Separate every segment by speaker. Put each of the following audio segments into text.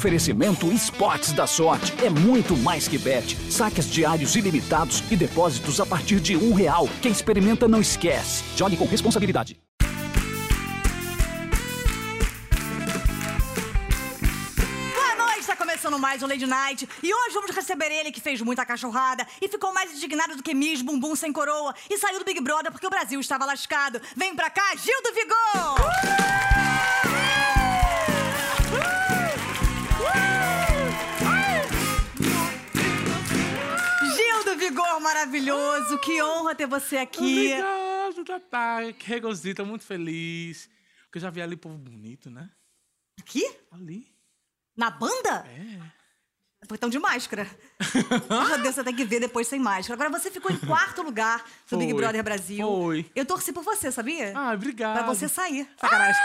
Speaker 1: Oferecimento Esportes da Sorte é muito mais que bet. Saques diários ilimitados e depósitos a partir de um real. Quem experimenta não esquece. Jogue com responsabilidade.
Speaker 2: Boa noite, está começando mais um Lady Night. E hoje vamos receber ele que fez muita cachorrada e ficou mais indignado do que Miss Bumbum sem coroa e saiu do Big Brother porque o Brasil estava lascado. Vem pra cá, Gil do Vigor! Gil do Vigor maravilhoso, que honra ter você aqui.
Speaker 3: Obrigado, Tatá. Que regozijo, tô muito feliz. Porque eu já vi ali povo bonito, né?
Speaker 2: Aqui?
Speaker 3: Ali.
Speaker 2: Na banda?
Speaker 3: É.
Speaker 2: Foi tão de máscara. Meu Deus, você tem que ver depois sem máscara. Agora você ficou em quarto lugar do Big
Speaker 3: Foi,
Speaker 2: Brother Brasil.
Speaker 3: foi.
Speaker 2: Eu torci por você, sabia?
Speaker 3: Ah, obrigado.
Speaker 2: Pra você sair. Sacanagem.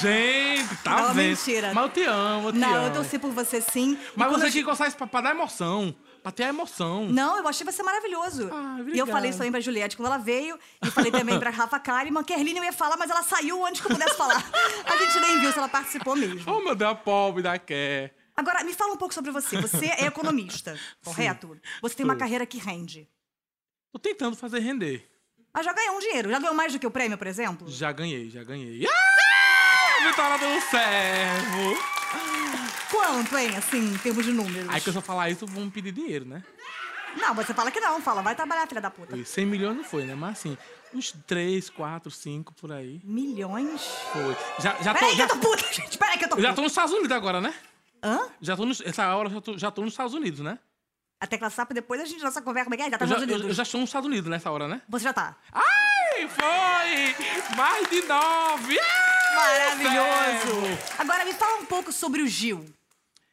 Speaker 3: Gente, tá
Speaker 2: Não,
Speaker 3: vendo?
Speaker 2: mentira.
Speaker 3: Mas eu te amo, eu te
Speaker 2: Não,
Speaker 3: amo.
Speaker 2: eu torci por você sim. E
Speaker 3: Mas
Speaker 2: quando
Speaker 3: você
Speaker 2: eu-
Speaker 3: tinha que gostar isso pra, pra dar emoção. Pra ter a emoção.
Speaker 2: Não, eu achei você maravilhoso.
Speaker 3: Ah,
Speaker 2: e eu
Speaker 3: obrigado.
Speaker 2: falei isso também pra Juliette quando ela veio. E falei também pra Rafa Kalimann. Que a Erline eu ia falar, mas ela saiu antes que eu pudesse falar. A gente nem viu se ela participou mesmo.
Speaker 3: Oh, meu Deus, a pobre da Ké.
Speaker 2: Agora, me fala um pouco sobre você. Você é economista, correto? Você tem uma
Speaker 3: sou.
Speaker 2: carreira que rende.
Speaker 3: Tô tentando fazer render.
Speaker 2: Mas já ganhou um dinheiro. Já ganhou mais do que o prêmio, por exemplo?
Speaker 3: Já ganhei, já ganhei. Ah! Vitória do servo.
Speaker 2: Quanto, hein, assim, em termos de números?
Speaker 3: Aí que eu só falar isso, vão pedir dinheiro, né?
Speaker 2: Não, você fala que não, fala, vai trabalhar, filha da puta.
Speaker 3: Foi. 100 milhões não foi, né? Mas assim, uns 3, 4, 5 por aí.
Speaker 2: Milhões?
Speaker 3: Foi. Já, já tô.
Speaker 2: Peraí que
Speaker 3: já-
Speaker 2: eu tô puta, gente, peraí que eu tô
Speaker 3: Eu
Speaker 2: puta.
Speaker 3: já tô nos Estados Unidos agora, né?
Speaker 2: Hã?
Speaker 3: Já tô nos, essa hora eu já tô, já tô nos Estados Unidos, né?
Speaker 2: A tecla SAP, depois a gente, nossa conversa, como é que é? Já tá
Speaker 3: Eu
Speaker 2: nos
Speaker 3: já,
Speaker 2: Estados
Speaker 3: eu, eu
Speaker 2: Unidos.
Speaker 3: já estou nos Estados Unidos nessa hora, né?
Speaker 2: Você já tá.
Speaker 3: Ai, foi! Mais de nove! Ah! Ai,
Speaker 2: Maravilhoso!
Speaker 3: ferro!
Speaker 2: Agora me fala um pouco sobre o Gil.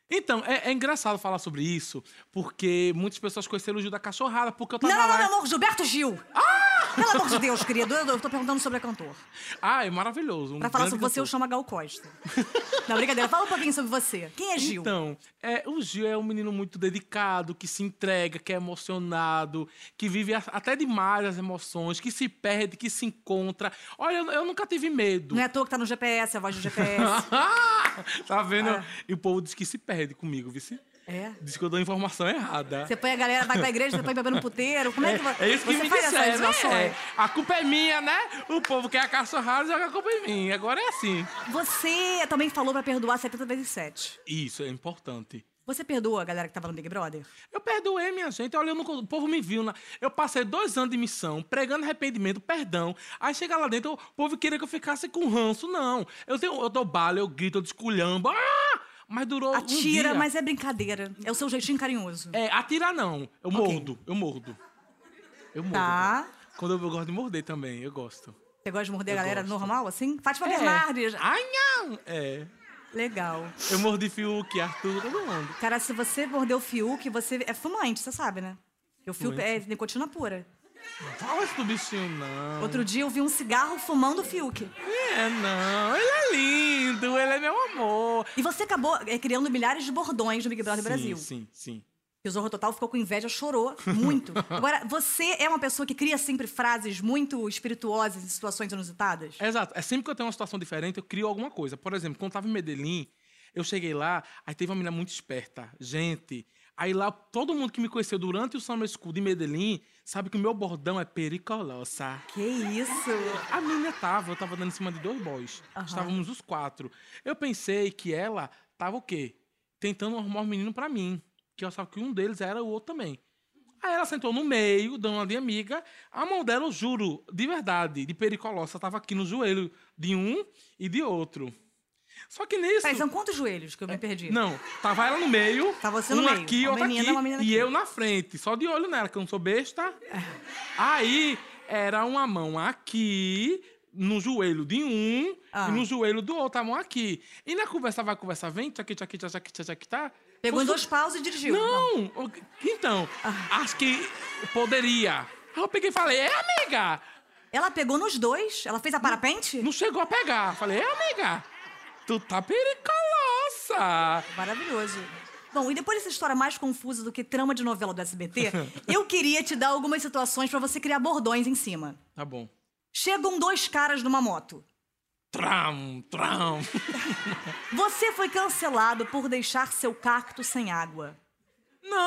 Speaker 3: Então, é, é engraçado falar sobre isso, porque muitas pessoas conheceram o Gil da Cachorrada, porque eu
Speaker 2: Não,
Speaker 3: tava
Speaker 2: não, não,
Speaker 3: lá... Ah!
Speaker 2: não, amor, Gilberto Gil. Pelo amor de Deus, querido, eu, eu tô perguntando sobre a cantor.
Speaker 3: Ai, maravilhoso. Um
Speaker 2: Pra falar
Speaker 3: grande
Speaker 2: sobre você, eu
Speaker 3: cantor.
Speaker 2: chamo a Gal Costa. Não, brincadeira, fala um pouquinho sobre você. Quem é Gil?
Speaker 3: Então, é, o Gil é um menino muito dedicado, que se entrega, que é emocionado, que vive a- até demais as emoções, que se perde, que se encontra. Olha, eu, eu nunca tive medo.
Speaker 2: Não é à toa que tá no GPS, a voz do GPS.
Speaker 3: tá vendo?
Speaker 2: Ah.
Speaker 3: E o povo diz que se perde comigo, vice.
Speaker 2: É.
Speaker 3: Diz que eu dou informação errada.
Speaker 2: Você põe a galera, vai pra igreja, depois bebendo no puteiro. Como é, que você
Speaker 3: É isso que
Speaker 2: você
Speaker 3: me
Speaker 2: faz essas
Speaker 3: disseram,
Speaker 2: relações?
Speaker 3: é. A culpa é minha, né? O povo quer a cachorrada, joga a culpa em mim. Agora é assim.
Speaker 2: Você também falou pra perdoar 70 vezes 7.
Speaker 3: Isso, é importante.
Speaker 2: Você perdoa a galera que tava no Big Brother?
Speaker 3: Eu perdoei, minha gente. Olha, eu nunca- o povo me viu. Na... Eu passei dois anos de missão, pregando arrependimento, perdão. Aí chega lá dentro, o povo queria que eu ficasse com ranço. Não. Eu, tenho, eu dou bala, eu grito, eu desculhambo. Ah! Mas durou um
Speaker 2: Atira,
Speaker 3: dia.
Speaker 2: mas é brincadeira. É o seu jeitinho carinhoso.
Speaker 3: É, atirar não. Eu mordo, eu mordo. Eu mordo.
Speaker 2: Tá.
Speaker 3: Quando eu, eu gosto de morder também, eu gosto.
Speaker 2: Você gosta de morder a
Speaker 3: Eu
Speaker 2: galera
Speaker 3: gosto. É.
Speaker 2: normal, assim? Fátima Bernardes.
Speaker 3: Ai, não! É.
Speaker 2: Legal.
Speaker 3: Eu mordi Fiuk, Arthur, todo mundo.
Speaker 2: Cara, se você mordeu o Fiuk, você é fumante, você sabe, né? Eu Fiuk é nicotina pura.
Speaker 3: Não fala isso do bichinho, não.
Speaker 2: Outro dia eu vi um cigarro fumando o Fiuk.
Speaker 3: É, não. Ele é lindo, ele é meu amor.
Speaker 2: E você acabou é, criando milhares de bordões no Big Brother
Speaker 3: sim,
Speaker 2: Brasil.
Speaker 3: Sim, sim.
Speaker 2: E o Zorro Total ficou com inveja, chorou muito. Agora, você é uma pessoa que cria sempre frases muito espirituosas em situações inusitadas?
Speaker 3: Exato. É sempre que eu tenho uma situação diferente, eu crio alguma coisa. Por exemplo, quando eu tava em Medellín, eu cheguei lá, aí teve uma menina muito esperta. Gente, aí lá todo mundo que me conheceu durante o Summer School de Medellín sabe que o meu bordão é pericolosa.
Speaker 2: Que isso?
Speaker 3: A menina tava, eu tava dando em cima de dois boys.
Speaker 2: Aham.
Speaker 3: Estávamos os quatro. Eu pensei que ela tava o quê? Tentando arrumar um menino pra mim. Que eu achava que um deles era o outro também. Aí ela sentou no meio, dando uma de amiga. A mão dela, eu juro, de verdade, de pericolosa, tava aqui no joelho de um e de outro. Só que nisso.
Speaker 2: Peraí, são quantos joelhos que eu me perdi?
Speaker 3: É. Não, tava ela no meio.
Speaker 2: Tá você
Speaker 3: um
Speaker 2: no meio,
Speaker 3: aqui,
Speaker 2: uma
Speaker 3: outra
Speaker 2: menina,
Speaker 3: aqui.
Speaker 2: uma menina
Speaker 3: e
Speaker 2: aqui. É.
Speaker 3: eu na frente, só de olho nela, que eu não sou besta. Aí era uma mão aqui, no joelho de um
Speaker 2: Ah.
Speaker 3: e no joelho do outro, a mão aqui. E na conversa vai, conversa vem, tchaki, tchaki, tchaki, tchaki, tchaki, tá.
Speaker 2: Pegou em
Speaker 3: Foi
Speaker 2: dois paus e dirigiu.
Speaker 3: não! o- Então,
Speaker 2: Ah.
Speaker 3: acho que poderia. Aí eu peguei e falei, é, amiga!
Speaker 2: Ela pegou nos dois? Ela fez a parapente?
Speaker 3: Não chegou a pegar. Falei, é, amiga! Tu tá pericolosa!
Speaker 2: Maravilhoso. Bom, e depois dessa história mais confusa do que trama de novela do SBT, eu queria te dar algumas situações pra você criar bordões em cima.
Speaker 3: Tá bom.
Speaker 2: Chegam dois caras numa moto.
Speaker 3: Tram, tram.
Speaker 2: Você foi cancelado por deixar seu cacto sem água.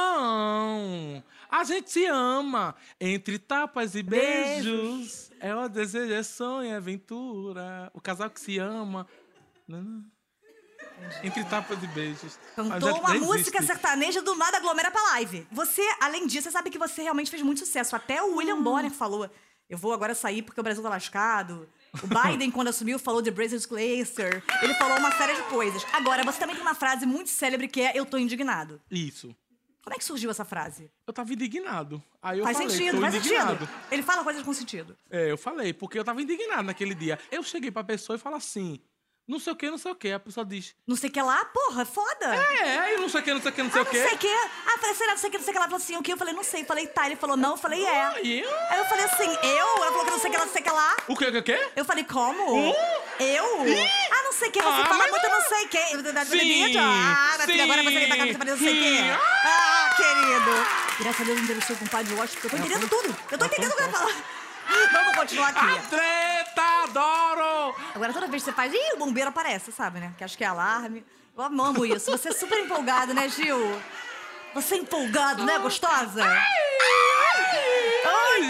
Speaker 3: Não! A gente se ama. Entre tapas e beijos. É o desejo, é sonho, é aventura. O casal que se ama. Não, não. Entre tapas e beijos. Mas
Speaker 2: Cantou
Speaker 3: é-
Speaker 2: uma
Speaker 3: nem
Speaker 2: música
Speaker 3: existe.
Speaker 2: sertaneja do nada aglomera pra live. Você, além disso, você sabe que você realmente fez muito sucesso. Até o William Bonner falou: Eu vou agora sair porque o Brasil tá lascado. O Biden, quando assumiu, falou de Brasil Glacier. Ele falou uma série de coisas. Agora, você também tem uma frase muito célebre que é Eu tô indignado.
Speaker 3: Isso.
Speaker 2: Como é que surgiu essa frase?
Speaker 3: Eu tava indignado. Aí eu
Speaker 2: faz
Speaker 3: falei,
Speaker 2: sentido,
Speaker 3: tô
Speaker 2: faz
Speaker 3: indignado.
Speaker 2: sentido. Ele fala coisas com sentido.
Speaker 3: É, eu falei, porque eu tava indignado naquele dia. Eu cheguei pra pessoa e falo assim, não sei o que, não sei o que. A pessoa diz,
Speaker 2: Não sei o que lá, porra, foda.
Speaker 3: é, e não sei o que, não sei o que, não sei
Speaker 2: Ah,
Speaker 3: o
Speaker 2: não
Speaker 3: que.
Speaker 2: sei o quê. Ah, falei, será, não sei o que, não sei o que. Ela falou assim, o quê? Eu falei, não sei. Eu falei, tá. Ele falou, não. Eu falei, é.
Speaker 3: Aí, eu-
Speaker 2: Aí eu falei assim, eu? Ela falou que não sei o que, ela não sei o que lá.
Speaker 3: o que, o que, o que?
Speaker 2: Eu falei, como?
Speaker 3: Hum?
Speaker 2: Eu? Ah, não sei o que, você
Speaker 3: Ah,
Speaker 2: fala
Speaker 3: mas
Speaker 2: muito
Speaker 3: não.
Speaker 2: não sei o que.
Speaker 3: Sim,
Speaker 2: Ah, minha filha, agora
Speaker 3: sim,
Speaker 2: você vem pra cá, você vai dizer não sei o
Speaker 3: sim.
Speaker 2: quê. Ah, querido. Tá Graças a Deus não teve seu compadre Washington, porque eu tô entendendo tudo. Eu tô entendendo o que eu falo. tá Vamos continuar
Speaker 3: A
Speaker 2: aqui.
Speaker 3: treta, adoro!
Speaker 2: Agora, toda vez que você faz, ih, o bombeiro aparece, sabe, né? Que acho que é alarme. Eu amo isso. Você é super empolgado, né, Gil? Você é empolgado, né, gostosa?
Speaker 3: Ai,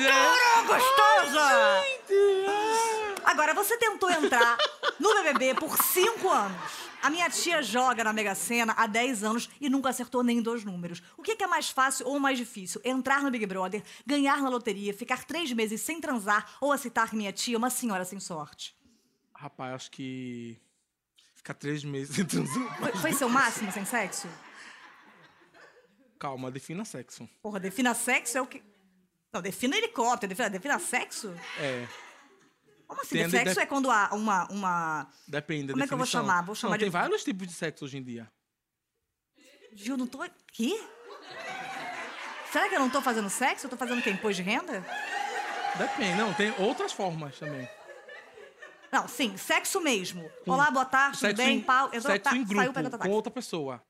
Speaker 2: Adoro, gostosa!
Speaker 3: gente!
Speaker 2: Agora, você tentou entrar no BBB por cinco anos. A minha tia joga na Mega Sena há 10 anos e nunca acertou nem dois números. O que que é mais fácil ou mais difícil? Entrar no Big Brother, ganhar na loteria, ficar três meses sem transar ou aceitar que minha tia é uma senhora sem sorte?
Speaker 3: Rapaz, acho que... Ficar três meses sem transar.
Speaker 2: Foi, foi seu máximo sem sexo?
Speaker 3: Calma, defina sexo.
Speaker 2: Porra, defina sexo é o que... Não, defina helicóptero, defina, defina sexo?
Speaker 3: É,
Speaker 2: Como assim?
Speaker 3: Tem a de-
Speaker 2: sexo é quando há uma... uma...
Speaker 3: depende da
Speaker 2: Como é que eu vou
Speaker 3: definição.
Speaker 2: chamar? Vou chamar
Speaker 3: não,
Speaker 2: de-
Speaker 3: tem vários tipos de sexo hoje em dia.
Speaker 2: Gil, não tô aqui? Será que eu não tô fazendo sexo? Eu tô fazendo o quê? Imposto de renda?
Speaker 3: Depende, não, tem outras formas também.
Speaker 2: Não, sim, sexo mesmo. Olá, boa tarde, tudo
Speaker 3: Sexo
Speaker 2: bem?
Speaker 3: em,
Speaker 2: Pau, eu tô-
Speaker 3: sexo
Speaker 2: tá,
Speaker 3: em
Speaker 2: saiu, pegou,
Speaker 3: grupo,
Speaker 2: tá, tá.
Speaker 3: com outra pessoa.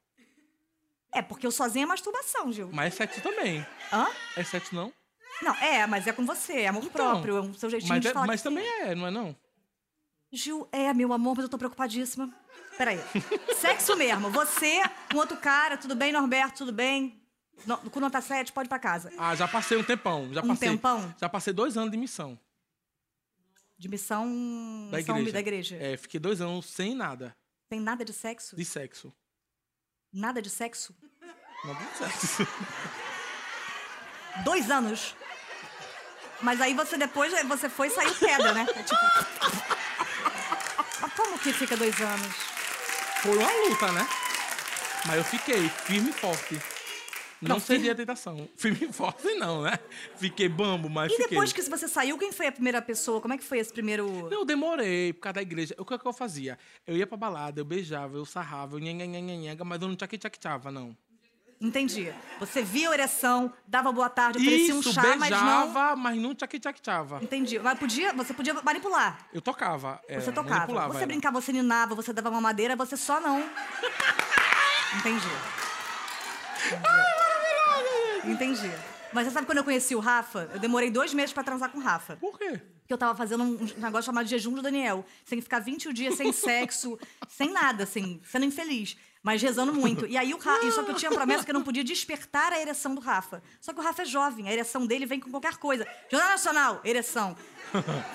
Speaker 2: É, porque eu sozinha é masturbação, Gil.
Speaker 3: Mas é sexo também.
Speaker 2: Hã?
Speaker 3: É sexo não?
Speaker 2: Não, é, mas é com você, é amor próprio, é um seu jeitinho
Speaker 3: Então, mas
Speaker 2: de
Speaker 3: é-
Speaker 2: falar.
Speaker 3: mas
Speaker 2: que sim.
Speaker 3: também é, não é não?
Speaker 2: Gil, é, meu amor, mas eu tô preocupadíssima. Peraí. sexo mesmo, você, um outro cara, tudo bem, Norberto, tudo bem? No, com nota 7, pode ir pra casa.
Speaker 3: Ah, já passei um tempão. Já
Speaker 2: Um
Speaker 3: passei,
Speaker 2: tempão?
Speaker 3: Já passei dois anos de missão.
Speaker 2: De missão...
Speaker 3: Da
Speaker 2: missão
Speaker 3: igreja.
Speaker 2: da igreja.
Speaker 3: É, fiquei dois anos sem nada
Speaker 2: Tem nada de sexo?
Speaker 3: de sexo.
Speaker 2: Nada de sexo?
Speaker 3: Nada de sexo.
Speaker 2: Dois anos. Mas aí você depois, eh, você foi e saiu pedra, né? É tipo... Mas como que fica dois anos?
Speaker 3: Foi uma luta, né? Mas eu fiquei firme e forte. Não,
Speaker 2: Não,
Speaker 3: seria tentação. Firme e forte, não, né? Fiquei bambo, mas
Speaker 2: E
Speaker 3: fiquei.
Speaker 2: depois que você saiu, quem foi a primeira pessoa? Como é que foi esse primeiro...
Speaker 3: Não, eu demorei por causa da igreja. O que é que eu fazia? Eu ia pra balada, eu beijava, eu sarrava, eu nhanhanhanhanhanga, mas eu não tchaque-tchaque-tava, não.
Speaker 2: Entendi. Você via a ereção, dava boa tarde, oferecia um chá, mas não...
Speaker 3: beijava, mas não tchaque-tchaque-tava.
Speaker 2: Entendi. Mas podia, você podia manipular.
Speaker 3: Eu tocava. era,
Speaker 2: Você tocava.
Speaker 3: É, manipulava
Speaker 2: Você
Speaker 3: ela.
Speaker 2: brincava, você ninava, você dava uma madeira, você só não. Entendi. Entendi. Entendi. Mas você sabe quando eu conheci o Rafa? Eu demorei dois meses pra transar com o Rafa.
Speaker 3: Por quê?
Speaker 2: Porque eu tava fazendo um negócio chamado jejum do Daniel. Sem ficar 21 dias sem sexo, sem nada, assim, sendo infeliz. Mas rezando muito. E aí o Rafa. Só que eu tinha a promessa que eu não podia despertar a ereção do Rafa. Só que o Rafa é jovem, a ereção dele vem com qualquer coisa. Jornal Nacional, ereção.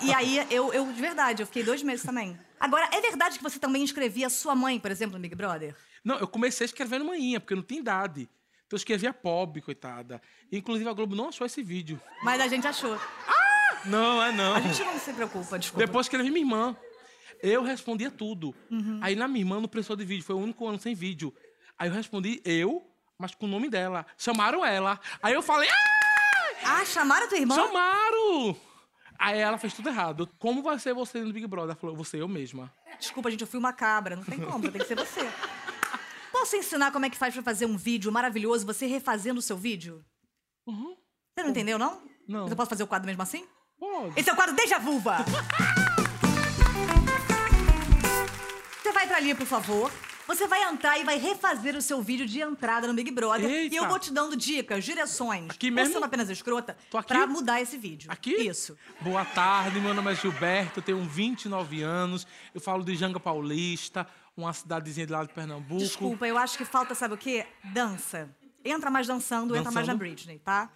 Speaker 2: E aí eu, eu, de verdade, eu fiquei dois meses também. Agora, é verdade que você também escrevia sua mãe, por exemplo, no Big Brother?
Speaker 3: Não, eu comecei escrevendo manhinha, porque eu não tinha idade. Então eu escrevia pobre, coitada. Inclusive a Globo não achou esse vídeo.
Speaker 2: Mas a gente achou.
Speaker 3: Não, é não.
Speaker 2: A gente não se preocupa, desculpa.
Speaker 3: Depois escrevi minha irmã. Eu respondia tudo. Aí na minha irmã não precisou de vídeo, foi o único ano sem vídeo. Aí eu respondi eu, mas com o nome dela. Chamaram ela. Aí eu falei, ah!
Speaker 2: Ah, chamaram a tua irmã?
Speaker 3: Chamaram! Aí ela fez tudo errado. Como vai ser você no Big Brother? Ela falou, você eu mesma.
Speaker 2: Desculpa, gente, eu fui uma cabra. Não tem como, tem que ser você. Posso ensinar como é que faz pra fazer um vídeo maravilhoso, você refazendo o seu vídeo?
Speaker 3: Uhum.
Speaker 2: Você não entendeu, não?
Speaker 3: Não.
Speaker 2: Mas eu posso fazer o quadro mesmo assim?
Speaker 3: Pode.
Speaker 2: Esse é o quadro Deja Vulva! Você vai pra ali, por favor. Você vai entrar e vai refazer o seu vídeo de entrada no Big Brother.
Speaker 3: Eita.
Speaker 2: E eu vou te dando dicas, direções,
Speaker 3: Aqui
Speaker 2: ou
Speaker 3: mesmo?
Speaker 2: sendo apenas escrota,
Speaker 3: Tô aqui?
Speaker 2: pra mudar esse vídeo.
Speaker 3: Aqui?
Speaker 2: Isso.
Speaker 3: Boa tarde, meu nome é Gilberto, eu tenho 29 anos, eu falo de Janga Paulista, uma cidadezinha de lá de Pernambuco.
Speaker 2: Desculpa, eu acho que falta, sabe o quê? Dança. Entra mais dançando, entra mais na
Speaker 3: Dançando?
Speaker 2: Britney, tá?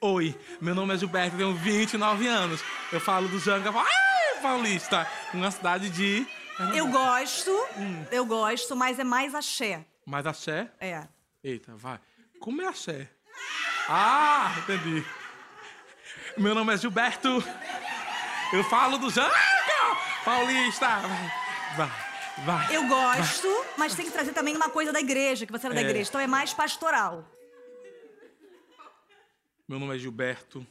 Speaker 3: Oi, meu nome é Gilberto, eu tenho 29 anos, eu falo do Janga Pa- Ah, Paulista, uma cidade de... Pernambuco.
Speaker 2: Eu gosto,
Speaker 3: Hum.
Speaker 2: eu gosto, mas é mais axé.
Speaker 3: Mas axé?
Speaker 2: É.
Speaker 3: Eita, vai. Como é axé? Ah, entendi. Meu nome é Gilberto. Eu falo do Janga Paulista. Vai, vai.
Speaker 2: Eu gosto, mas tem que trazer também uma coisa da igreja, que você era da
Speaker 3: É.
Speaker 2: igreja, então é mais pastoral.
Speaker 3: Meu nome é Gilberto.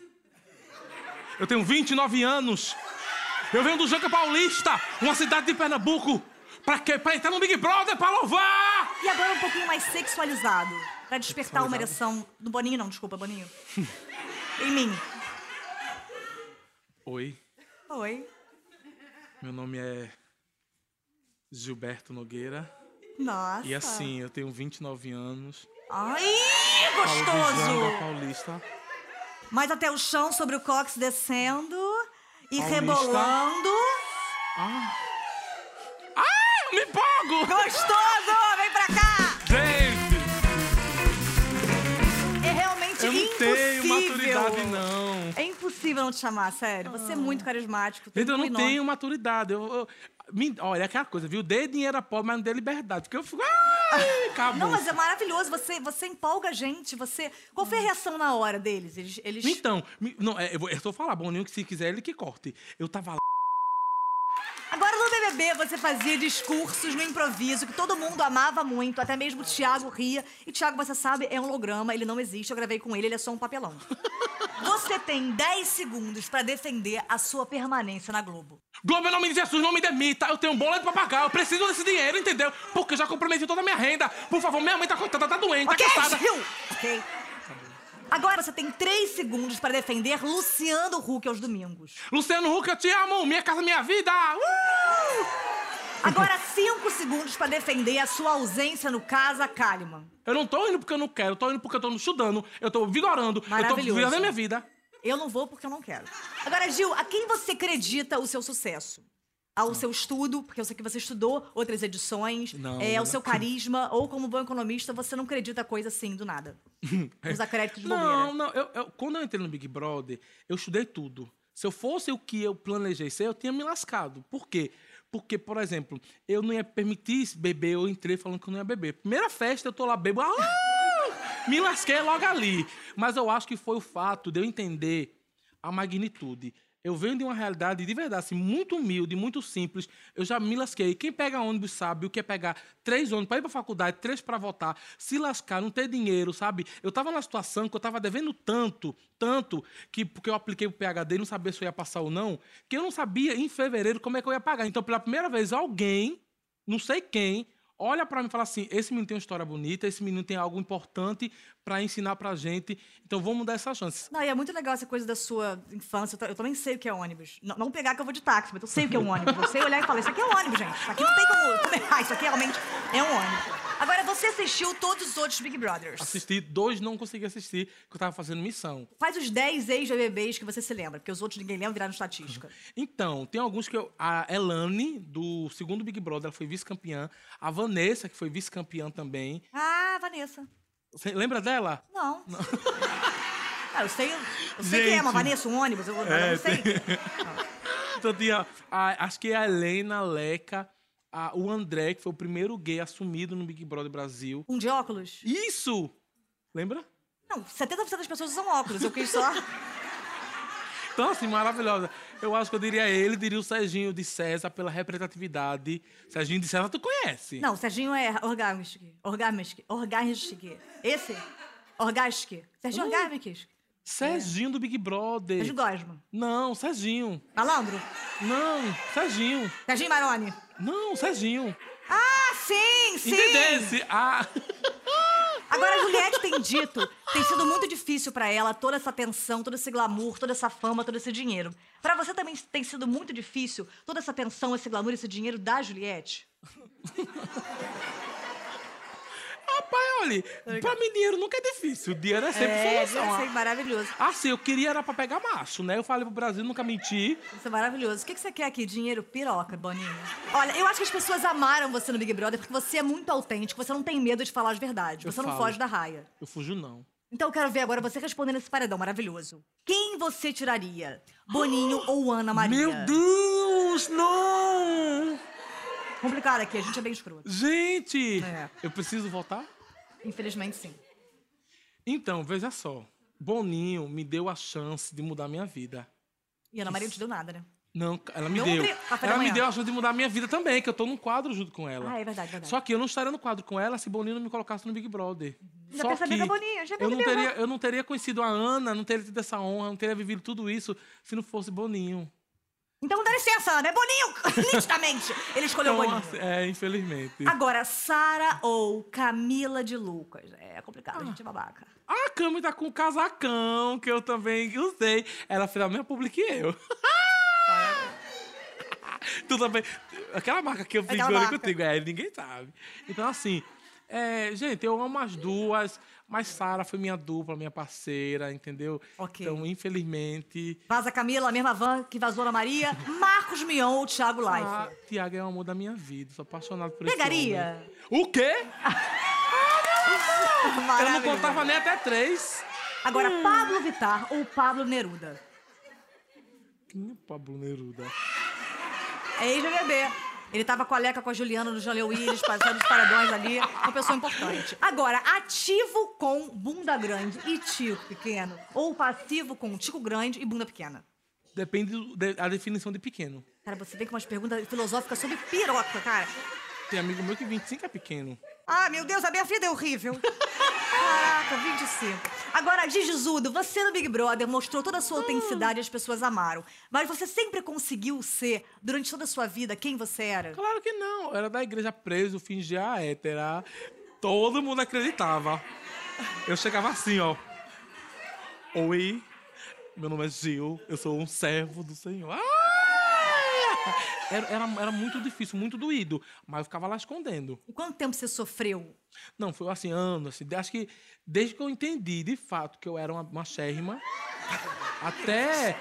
Speaker 3: Eu tenho 29 anos. Eu venho do Janga Paulista, uma cidade de Pernambuco. Pra quê? Pra entrar no Big Brother, pra louvar!
Speaker 2: E agora um pouquinho mais sexualizado. Pra despertar uma
Speaker 3: Sexualizado?
Speaker 2: ereção. Do Boninho, não, desculpa, Boninho. em mim.
Speaker 3: Oi,
Speaker 2: Oi.
Speaker 3: meu nome é Gilberto Nogueira.
Speaker 2: Nossa.
Speaker 3: E assim, eu tenho 29 anos.
Speaker 2: Ai,
Speaker 3: Falo do Janga
Speaker 2: gostoso!
Speaker 3: Paulista.
Speaker 2: Mas até o chão sobre o cox descendo e
Speaker 3: Paulista.
Speaker 2: rebolando.
Speaker 3: Ah, me empolgo!
Speaker 2: Gostoso! Vem pra cá!
Speaker 3: Gente,
Speaker 2: É realmente
Speaker 3: eu não tenho
Speaker 2: impossível.
Speaker 3: maturidade, não. Ah.
Speaker 2: É impossível não te chamar, sério. Você é muito carismático. tem
Speaker 3: Gente, eu
Speaker 2: um
Speaker 3: não
Speaker 2: enorme-
Speaker 3: tenho maturidade. Eu, eu- me- olha, é aquela coisa, viu? Dê dinheiro a pobre, mas não dê liberdade. Porque eu fico. Ai, acabou.
Speaker 2: Não, mas é maravilhoso. Você, você empolga a gente. Você... Qual foi a reação na hora deles? Eles. eles...
Speaker 3: Então, me- não, é, eu, vou, eu só falar, Boninho, que se quiser ele que corte. Eu tava lá.
Speaker 2: Agora no BBB você fazia discursos no improviso que todo mundo amava muito, até mesmo o Thiago ria. E Thiago, você sabe, é um holograma, ele não existe, eu gravei com ele, ele é só um papelão. Você tem 10 segundos pra defender a sua permanência na Globo.
Speaker 3: Globo, em nome de Jesus, não me demita. Eu tenho um boleto pra pagar. Eu preciso desse dinheiro, entendeu? Porque eu já comprometi toda a minha renda. Por favor, minha mãe tá coitada, tá doente,
Speaker 2: Ok,
Speaker 3: tá cansada.
Speaker 2: Gil? Ok. Agora você tem 3 segundos pra defender Luciano Huck aos domingos.
Speaker 3: Luciano Huck, eu te amo. Minha casa, minha vida. Uh!
Speaker 2: Agora 5 segundos pra defender a sua ausência no Casa Kalimann.
Speaker 3: Eu não tô indo porque eu não quero. Eu tô indo porque eu tô estudando. Eu tô vigorando. Eu tô
Speaker 2: Maravilhoso.
Speaker 3: virando a minha vida.
Speaker 2: Eu não vou porque eu não quero. Agora, Gil, a quem você acredita o seu sucesso? Ao seu estudo, porque eu sei que você estudou outras edições,
Speaker 3: Não,
Speaker 2: é, ao
Speaker 3: não.
Speaker 2: seu carisma, ou como bom economista, você não acredita coisa assim, do nada. Os acréditos de bobeira.
Speaker 3: Não, não. Eu, eu- quando eu entrei no Big Brother, eu estudei tudo. Se eu fosse o que eu planejei ser, eu tinha me lascado. Por quê? Porque, por exemplo, eu não ia permitir beber, eu entrei falando que eu não ia beber. Primeira festa, eu tô lá bebo. ah, me lasquei logo ali. Mas eu acho que foi o fato de eu entender a magnitude. Eu venho de uma realidade de verdade, assim, muito humilde, muito simples. Eu já me lasquei. Quem pega ônibus sabe o que é pegar três ônibus para ir para faculdade, três para voltar, se lascar, não ter dinheiro, sabe? Eu tava numa situação que eu tava devendo tanto, tanto, que porque eu apliquei o PHD e não sabia se eu ia passar ou não, que eu não sabia em fevereiro como é que eu ia pagar. Então, pela primeira vez, alguém não sei quem, olha pra mim e fala assim: esse menino tem uma história bonita, esse menino tem algo importante pra ensinar pra gente, então vamos dar essa chance.
Speaker 2: Não, e é muito legal essa coisa da sua infância. Eu, ta- eu também sei o que é ônibus. Não, não pegar que eu vou de táxi, mas eu sei o que é um ônibus. Eu sei olhar e falar, isso aqui é um ônibus, gente. Isso aqui não tem como, como errar. Isso aqui realmente é um ônibus. Agora, você assistiu todos os outros Big Brothers.
Speaker 3: Assisti, dois não consegui assistir, porque eu tava fazendo missão.
Speaker 2: Quais os 10 ex-BBBs que você se lembra? Porque os outros ninguém lembra, viraram estatística.
Speaker 3: Então, tem alguns que eu. A Elane, do segundo Big Brother, ela foi vice-campeã. A Vanessa, que foi vice-campeã também.
Speaker 2: Ah, Vanessa.
Speaker 3: Você lembra dela?
Speaker 2: Não. Ah, eu sei, eu sei quem é uma
Speaker 3: Gente. É,
Speaker 2: Vanessa, um ônibus, eu, eu não sei.
Speaker 3: Então tinha. a- acho que é a Helena, a Leca, a- o André, que foi o primeiro gay assumido no Big Brother Brasil.
Speaker 2: Um de óculos?
Speaker 3: Isso! Lembra?
Speaker 2: Não, 70% das pessoas usam óculos, eu quis só.
Speaker 3: Então, assim, maravilhosa. Eu acho que eu diria ele, diria o Serginho de César pela representatividade. Serginho de César, tu conhece?
Speaker 2: Não, o Serginho é orgasmic. Orgasmic. Orgasmic. Esse? Orgasmic. Serginho Orgasmic.
Speaker 3: Serginho do Big Brother.
Speaker 2: Serginho Gosma.
Speaker 3: Não, Serginho.
Speaker 2: Malandro?
Speaker 3: Não, Serginho.
Speaker 2: Serginho Maroni.
Speaker 3: Não, Serginho.
Speaker 2: Ah, sim, sim!
Speaker 3: Entendesse? Ah.
Speaker 2: Agora, a Juliette tem dito, tem sido muito difícil pra ela toda essa tensão, todo esse glamour, toda essa fama, todo esse dinheiro. Pra você também tem sido muito difícil toda essa pensão, esse glamour, esse dinheiro da Juliette?
Speaker 3: Rapaz, olha, pra mim dinheiro nunca é difícil. Dinheiro é sempre solução.
Speaker 2: isso é maravilhoso.
Speaker 3: Assim, eu queria era pra pegar macho, né? Eu falei pro Brasil, nunca menti.
Speaker 2: Isso é maravilhoso. O que que você quer aqui? Dinheiro piroca, Boninho? Olha, eu acho que as pessoas amaram você no Big Brother porque você é muito autêntico, você não tem medo de falar as verdades,
Speaker 3: Eu
Speaker 2: você não
Speaker 3: falo.
Speaker 2: foge da raia.
Speaker 3: Eu fujo, não.
Speaker 2: Então eu quero ver agora você respondendo esse paredão maravilhoso. Quem você tiraria? Boninho ou Ana Maria?
Speaker 3: Meu Deus, não!
Speaker 2: Complicado aqui, a gente é bem escroto.
Speaker 3: Gente!
Speaker 2: É.
Speaker 3: Eu preciso voltar?
Speaker 2: Infelizmente, sim.
Speaker 3: Então, veja só. Boninho me deu a chance de mudar minha vida.
Speaker 2: E Ana Maria não te deu nada, né?
Speaker 3: Não, ela me
Speaker 2: Não
Speaker 3: deu.
Speaker 2: abri- café da
Speaker 3: Ela me
Speaker 2: manhã.
Speaker 3: deu a chance de mudar minha vida também, que eu tô num quadro junto com ela.
Speaker 2: Ah, é verdade, verdade.
Speaker 3: Só que eu não estaria no quadro com ela se Boninho não me colocasse no Big Brother.
Speaker 2: Já
Speaker 3: Só
Speaker 2: percebeu,
Speaker 3: que
Speaker 2: né, Boninho? Já
Speaker 3: eu não,
Speaker 2: percebeu,
Speaker 3: teria, eu não teria conhecido a Ana, não teria tido essa honra, não teria vivido tudo isso se não fosse Boninho.
Speaker 2: Então dá licença, Ana, é Boninho! Nitidamente! Ele escolheu o Boninho. Ah.
Speaker 3: assim, é, infelizmente.
Speaker 2: Agora, Sara ou Camila de Lucas? É complicado,
Speaker 3: Ah.
Speaker 2: a gente é babaca.
Speaker 3: A Cami tá com um casacão, que eu também usei. Ela fez a mesma publi que eu. tu também. Aquela marca que eu fiz
Speaker 2: Aquela
Speaker 3: de olho
Speaker 2: marca.
Speaker 3: contigo, é, ninguém sabe. Então, assim, é, gente, eu amo as duas, mas Sara foi minha dupla, minha parceira, entendeu?
Speaker 2: Ok.
Speaker 3: Então, infelizmente.
Speaker 2: Vaza Camila, a mesma van que vazou Ana Maria, Marcos Mion ou Thiago
Speaker 3: Ah,
Speaker 2: Life.
Speaker 3: Tiago é o amor da minha vida, sou apaixonado por
Speaker 2: Pegaria?
Speaker 3: esse homem. O quê? Ah. Eu não
Speaker 2: Maravilhoso.
Speaker 3: contava nem até três.
Speaker 2: Agora, Pablo Vittar ou Pablo Neruda?
Speaker 3: Quem é Pablo Neruda?
Speaker 2: É ex-BBB. Ele tava com a Leca, com a Juliana, no Janel Willis, passando os paradões ali. Uma pessoa importante. Agora, ativo com bunda grande e tico pequeno. Ou passivo com tico grande e bunda pequena.
Speaker 3: Depende do- de- da definição de pequeno.
Speaker 2: Cara, você vem com umas perguntas filosóficas sobre piroca, cara.
Speaker 3: Tem amigo meu que 25 é pequeno.
Speaker 2: Ah, meu Deus, a minha vida é horrível. Caraca, 25. Agora, Gigizudo, você no Big Brother mostrou toda a sua autenticidade e as pessoas amaram. Mas você sempre conseguiu ser, durante toda a sua vida, quem você era?
Speaker 3: Claro que não. Eu era da igreja preso, fingia a hétera. Todo mundo acreditava. Eu chegava assim, ó. Oi, meu nome é Gil, eu sou um servo do Senhor. Ah! Era, era, era muito difícil, muito doído. Mas eu ficava lá escondendo.
Speaker 2: E quanto tempo você sofreu?
Speaker 3: Não, foi assim, anos. Assim, acho que desde que eu entendi, de fato, que eu era uma, uma xérrima, até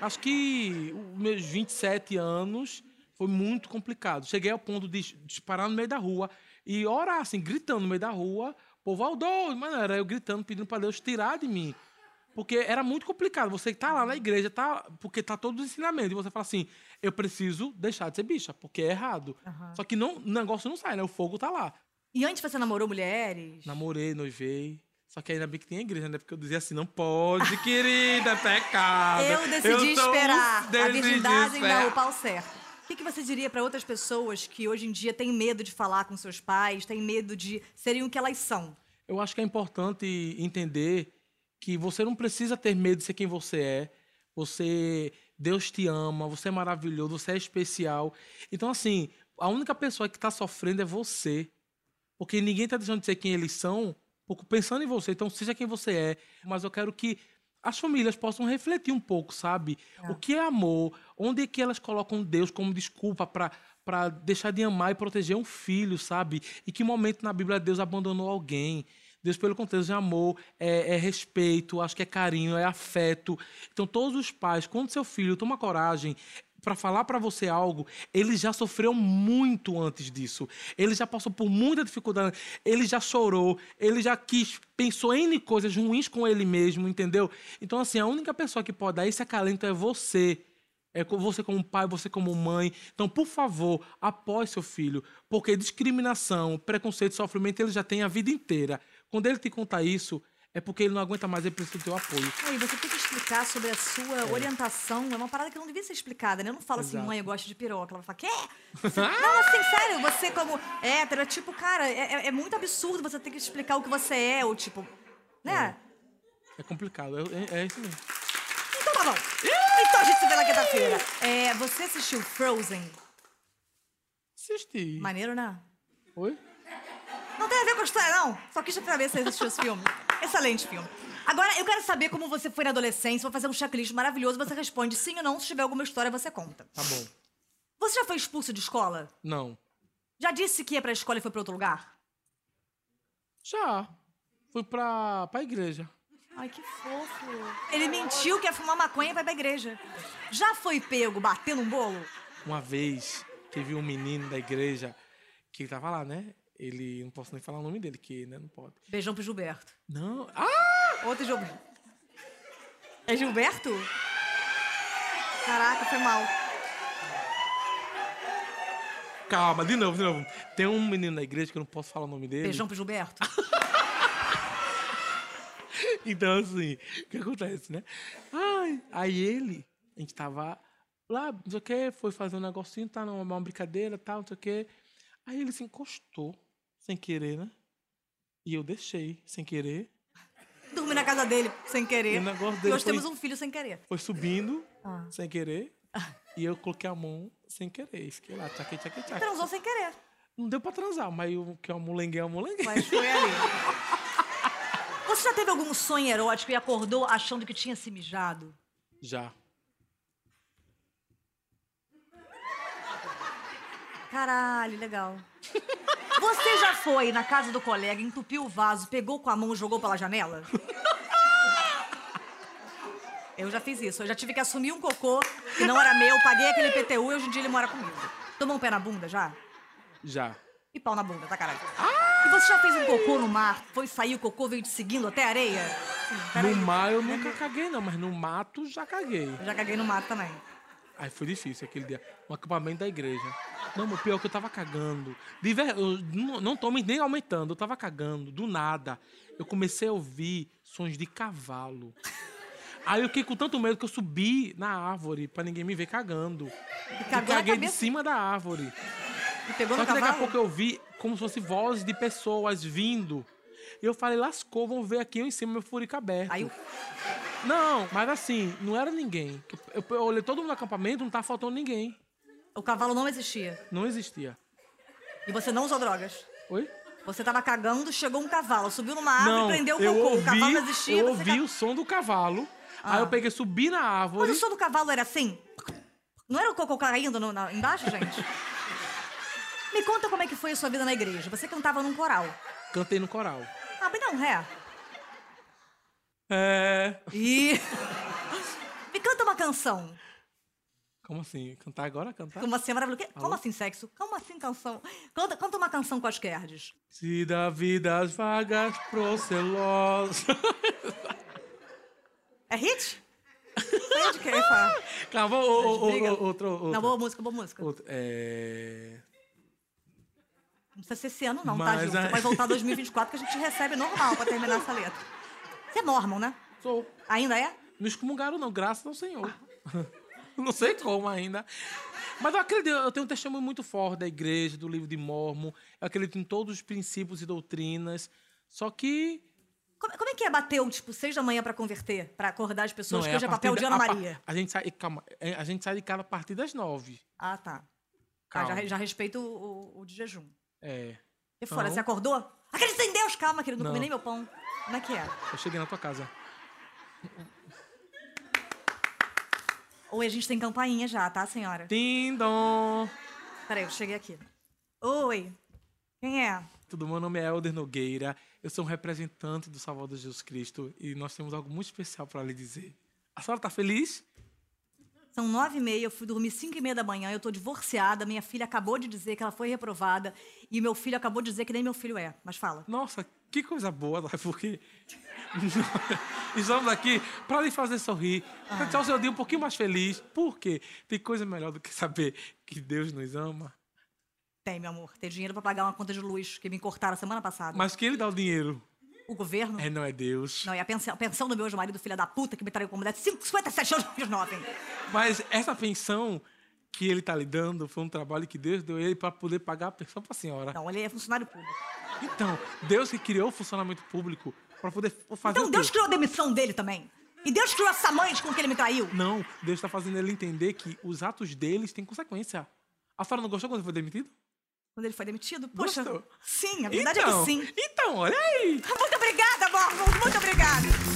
Speaker 3: acho que os meus 27 anos foi muito complicado. Cheguei ao ponto de dis- disparar no meio da rua e orar, assim, gritando no meio da rua. Povo Aldo, mano, era eu gritando, pedindo pra Deus tirar de mim. Porque era muito complicado. Você tá lá na igreja, tá, porque tá todos os ensinamentos. E você fala assim, eu preciso deixar de ser bicha, porque é errado. Só que não, o negócio não sai, né? O fogo tá lá.
Speaker 2: E antes você namorou mulheres?
Speaker 3: Namorei, noivei. Só que ainda bem que tem igreja, né? Porque eu dizia assim, não pode, querida, é pecado.
Speaker 2: Eu decidi
Speaker 3: sou um-
Speaker 2: esperar a
Speaker 3: decidi
Speaker 2: virgindade
Speaker 3: esperar.
Speaker 2: dar o pau certo. O que, que você diria pra outras pessoas que hoje em dia têm medo de falar com seus pais, têm medo de serem o que elas são?
Speaker 3: Eu acho que é importante entender que você não precisa ter medo de ser quem você é. Você, Deus te ama, você é maravilhoso, você é especial. Então, assim, a única pessoa que está sofrendo é você. Porque ninguém está deixando de ser quem eles são, pouco pensando em você. Então, seja quem você é. Mas eu quero que as famílias possam refletir um pouco, sabe? O que é amor? Onde é que elas colocam Deus como desculpa para para deixar de amar e proteger um filho, sabe? E que momento na Bíblia Deus abandonou alguém? Deus, pelo contexto de amor, é, é respeito, acho que é carinho, é afeto. Então, todos os pais, quando seu filho toma coragem para falar para você algo, ele já sofreu muito antes disso. Ele já passou por muita dificuldade, ele já chorou, ele já quis, pensou em coisas ruins com ele mesmo, entendeu? Então, assim, a única pessoa que pode dar esse acalento é você. É co- você como pai, você como mãe. Então, por favor, apoie seu filho, porque discriminação, preconceito, sofrimento, ele já tem a vida inteira. Quando ele te contar isso, é porque ele não aguenta mais, ele precisa do teu apoio.
Speaker 2: Aí você tem que explicar sobre a sua orientação. É uma parada que não devia ser explicada, né? Eu não falo assim,
Speaker 3: Exato.
Speaker 2: mãe, eu gosto de piroca. Ela fala, quê? não, assim, sério, você como hétero, é tipo, cara, é, é- é muito absurdo você ter que explicar o que você é, ou tipo, né?
Speaker 3: É complicado, é, é- é isso mesmo.
Speaker 2: Então tá bom. Então a gente se vê na quinta-feira. É, você assistiu Frozen?
Speaker 3: Assisti.
Speaker 2: Maneiro, né?
Speaker 3: Oi?
Speaker 2: Não tem a ver com a história, não. Não, só quis pra ver se você assistiu esse filme. Excelente filme. Agora, eu quero saber como você foi na adolescência. Vou fazer um checklist maravilhoso. Você responde sim ou não. Se tiver alguma história, você conta.
Speaker 3: Tá bom.
Speaker 2: Você já foi expulso de escola?
Speaker 3: Não.
Speaker 2: Já disse que ia pra escola e foi pra outro lugar?
Speaker 3: Já. Fui pra, pra igreja.
Speaker 2: Ai, que fofo. Ele mentiu que ia fumar maconha e vai pra igreja. Já foi pego batendo um bolo?
Speaker 3: Uma vez teve um menino da igreja que tava lá, né? Ele. Não posso nem falar o nome dele, que né, não pode.
Speaker 2: Beijão pro Gilberto.
Speaker 3: Não. Ah!
Speaker 2: Outro Gilberto. É Gilberto? Caraca, foi mal.
Speaker 3: Calma, de novo, de novo. Tem um menino da igreja que eu não posso falar o nome dele.
Speaker 2: Beijão pro Gilberto.
Speaker 3: Então, assim, o que acontece, né? Ai, aí ele, a gente tava lá, não sei o quê, foi fazer um negocinho, tá numa uma brincadeira tal, não sei o quê. Aí ele se encostou, sem querer, né? E eu deixei, sem querer.
Speaker 2: Dormi na casa dele, sem querer.
Speaker 3: O negócio
Speaker 2: e
Speaker 3: dele
Speaker 2: hoje
Speaker 3: foi-
Speaker 2: temos um filho sem querer.
Speaker 3: Foi subindo,
Speaker 2: Ah.
Speaker 3: sem querer. E eu coloquei a mão sem querer. Fiquei lá, tchaque, tchaque, tchaque.
Speaker 2: Transou sem querer.
Speaker 3: Não deu pra transar, mas o que é o molengue é o molengue.
Speaker 2: Mas foi ali. Você já teve algum sonho erótico e acordou achando que tinha se mijado?
Speaker 3: Já.
Speaker 2: Caralho, legal. Você já foi na casa do colega, entupiu o vaso, pegou com a mão e jogou pela janela? Eu já fiz isso. Eu já tive que assumir um cocô que não era meu, paguei aquele PTU e hoje em dia ele mora comigo. Tomou um pé na bunda já?
Speaker 3: Já.
Speaker 2: E pau na bunda, tá caralho? E você já fez um cocô no mar? Foi sair, o cocô veio te seguindo até a areia? Sim, peraí.
Speaker 3: No mar eu nunca caguei, não, mas no mato já caguei.
Speaker 2: Eu já caguei no mato também.
Speaker 3: Aí foi difícil aquele dia. Um acampamento da igreja. Não, mas pior é que eu tava cagando. De ver... eu não, não tô me- nem aumentando, eu tava cagando, do nada. Eu comecei a ouvir sons de cavalo. Aí eu fiquei com tanto medo que eu subi na árvore pra ninguém me ver cagando.
Speaker 2: E
Speaker 3: Eu
Speaker 2: cagou na
Speaker 3: caguei de
Speaker 2: cabeça
Speaker 3: cima da árvore.
Speaker 2: e pegou
Speaker 3: Só
Speaker 2: no
Speaker 3: que daqui a
Speaker 2: cavalo.
Speaker 3: pouco eu vi como se fosse vozes de pessoas vindo. E eu falei, lascou, vão ver aqui eu em cima meu furico aberto.
Speaker 2: Aí o-
Speaker 3: Não, mas assim, não era ninguém. Eu, eu olhei todo mundo no acampamento, não tá faltando ninguém.
Speaker 2: o cavalo não existia.
Speaker 3: Não existia.
Speaker 2: E você não usou drogas.
Speaker 3: Oi?
Speaker 2: Você tava cagando, chegou um cavalo, subiu numa árvore,
Speaker 3: não,
Speaker 2: prendeu o
Speaker 3: eu
Speaker 2: cocô.
Speaker 3: ouvi,
Speaker 2: o cavalo não existia,
Speaker 3: eu
Speaker 2: você
Speaker 3: ouvi
Speaker 2: cagou.
Speaker 3: o som do cavalo. Aí eu peguei, subi na
Speaker 2: Mas
Speaker 3: árvore.
Speaker 2: o som do cavalo era assim? Não era o cocô caindo no- na- embaixo, gente? Me conta como é que foi a sua vida na igreja. Você cantava num coral.
Speaker 3: Cantei no coral.
Speaker 2: Ah, mas não, ré.
Speaker 3: É.
Speaker 2: E... Me canta uma canção.
Speaker 3: Como assim? Cantar agora? Cantar?
Speaker 2: Como assim, é maravilhoso. Que- Como
Speaker 3: Alô?
Speaker 2: assim sexo? Como assim canção? Canta, canta uma canção com as querdes.
Speaker 3: Se da vida as vagas procelos.
Speaker 2: É hit? Sei de quem foi.
Speaker 3: Calma, ô, ô, ô,
Speaker 2: Briga.
Speaker 3: ô, outro, outro.
Speaker 2: Não, boa música, boa música.
Speaker 3: outro. É.
Speaker 2: Não precisa ser esse ano, não, tá,
Speaker 3: Mas é
Speaker 2: Gil? Você
Speaker 3: a-
Speaker 2: vai voltar 2024 que a gente recebe normal pra terminar essa letra. Você é mormon, né?
Speaker 3: Sou.
Speaker 2: Ainda é?
Speaker 3: Não excomungaram, não, graças ao Senhor.
Speaker 2: Ah.
Speaker 3: não sei como ainda. Mas eu acredito, eu tenho um testemunho muito forte da igreja, do livro de Mormon. Eu acredito em todos os princípios e doutrinas. Só que.
Speaker 2: Como, como é que é bateu, tipo, seis da manhã pra converter? Pra acordar as pessoas, que
Speaker 3: a
Speaker 2: hoje é
Speaker 3: partir
Speaker 2: papel de
Speaker 3: da-
Speaker 2: Ana
Speaker 3: a pa-
Speaker 2: Maria.
Speaker 3: A, gente sai, calma, é, a gente sai de casa a partir das nove.
Speaker 2: Ah, tá. Ah, já,
Speaker 3: Calma.
Speaker 2: re- já respeito o, o- o de jejum.
Speaker 3: É.
Speaker 2: E fora,
Speaker 3: Então-
Speaker 2: você acordou? Acredita em Deus, calma, querido, não, comi
Speaker 3: Não.
Speaker 2: nem meu pão. Como é que é?
Speaker 3: Eu cheguei na tua casa.
Speaker 2: Oi, a gente tem campainha já, tá, senhora?
Speaker 3: Tim dom.
Speaker 2: Peraí, eu cheguei aqui. Oi, quem é?
Speaker 3: Tudo, meu nome é Helder Nogueira. Eu sou um representante do Salvador Jesus Cristo e nós temos algo muito especial para lhe dizer. A senhora tá feliz?
Speaker 2: São nove e meia, eu fui dormir cinco e meia da manhã, eu tô divorciada, minha filha acabou de dizer que ela foi reprovada e meu filho acabou de dizer que nem meu filho é. Mas fala.
Speaker 3: Nossa, que coisa boa, né? porque estamos aqui para lhe fazer sorrir,
Speaker 2: Ah.
Speaker 3: para deixar o seu dia um pouquinho mais feliz. Porque tem coisa melhor do que saber que Deus nos ama,
Speaker 2: Tem, meu amor, tem dinheiro pra pagar uma conta de luz que me cortaram semana passada.
Speaker 3: mas quem lhe dá o dinheiro
Speaker 2: O governo?
Speaker 3: é não é Deus.
Speaker 2: Não, é a pensão, a pensão do meu ex-marido, filha da puta, que me traiu com mulher de 57 anos, fiz nove.
Speaker 3: Mas essa pensão que ele tá lhe dando foi um trabalho que Deus deu a ele para poder pagar a pensão para a senhora.
Speaker 2: Não, ele é funcionário público.
Speaker 3: Então, Deus que criou o funcionamento público para poder f- fazer
Speaker 2: Então
Speaker 3: o quê?
Speaker 2: Deus criou a demissão dele também. E Deus criou essa mãe com que ele me traiu.
Speaker 3: Não, Deus tá está fazendo ele entender que os atos deles têm consequência. A senhora não gostou quando foi demitido?
Speaker 2: Quando ele foi demitido? Poxa,
Speaker 3: Gostou?
Speaker 2: sim, a verdade é que sim.
Speaker 3: Então, olha aí.
Speaker 2: Muito obrigada, Mormon, muito obrigada.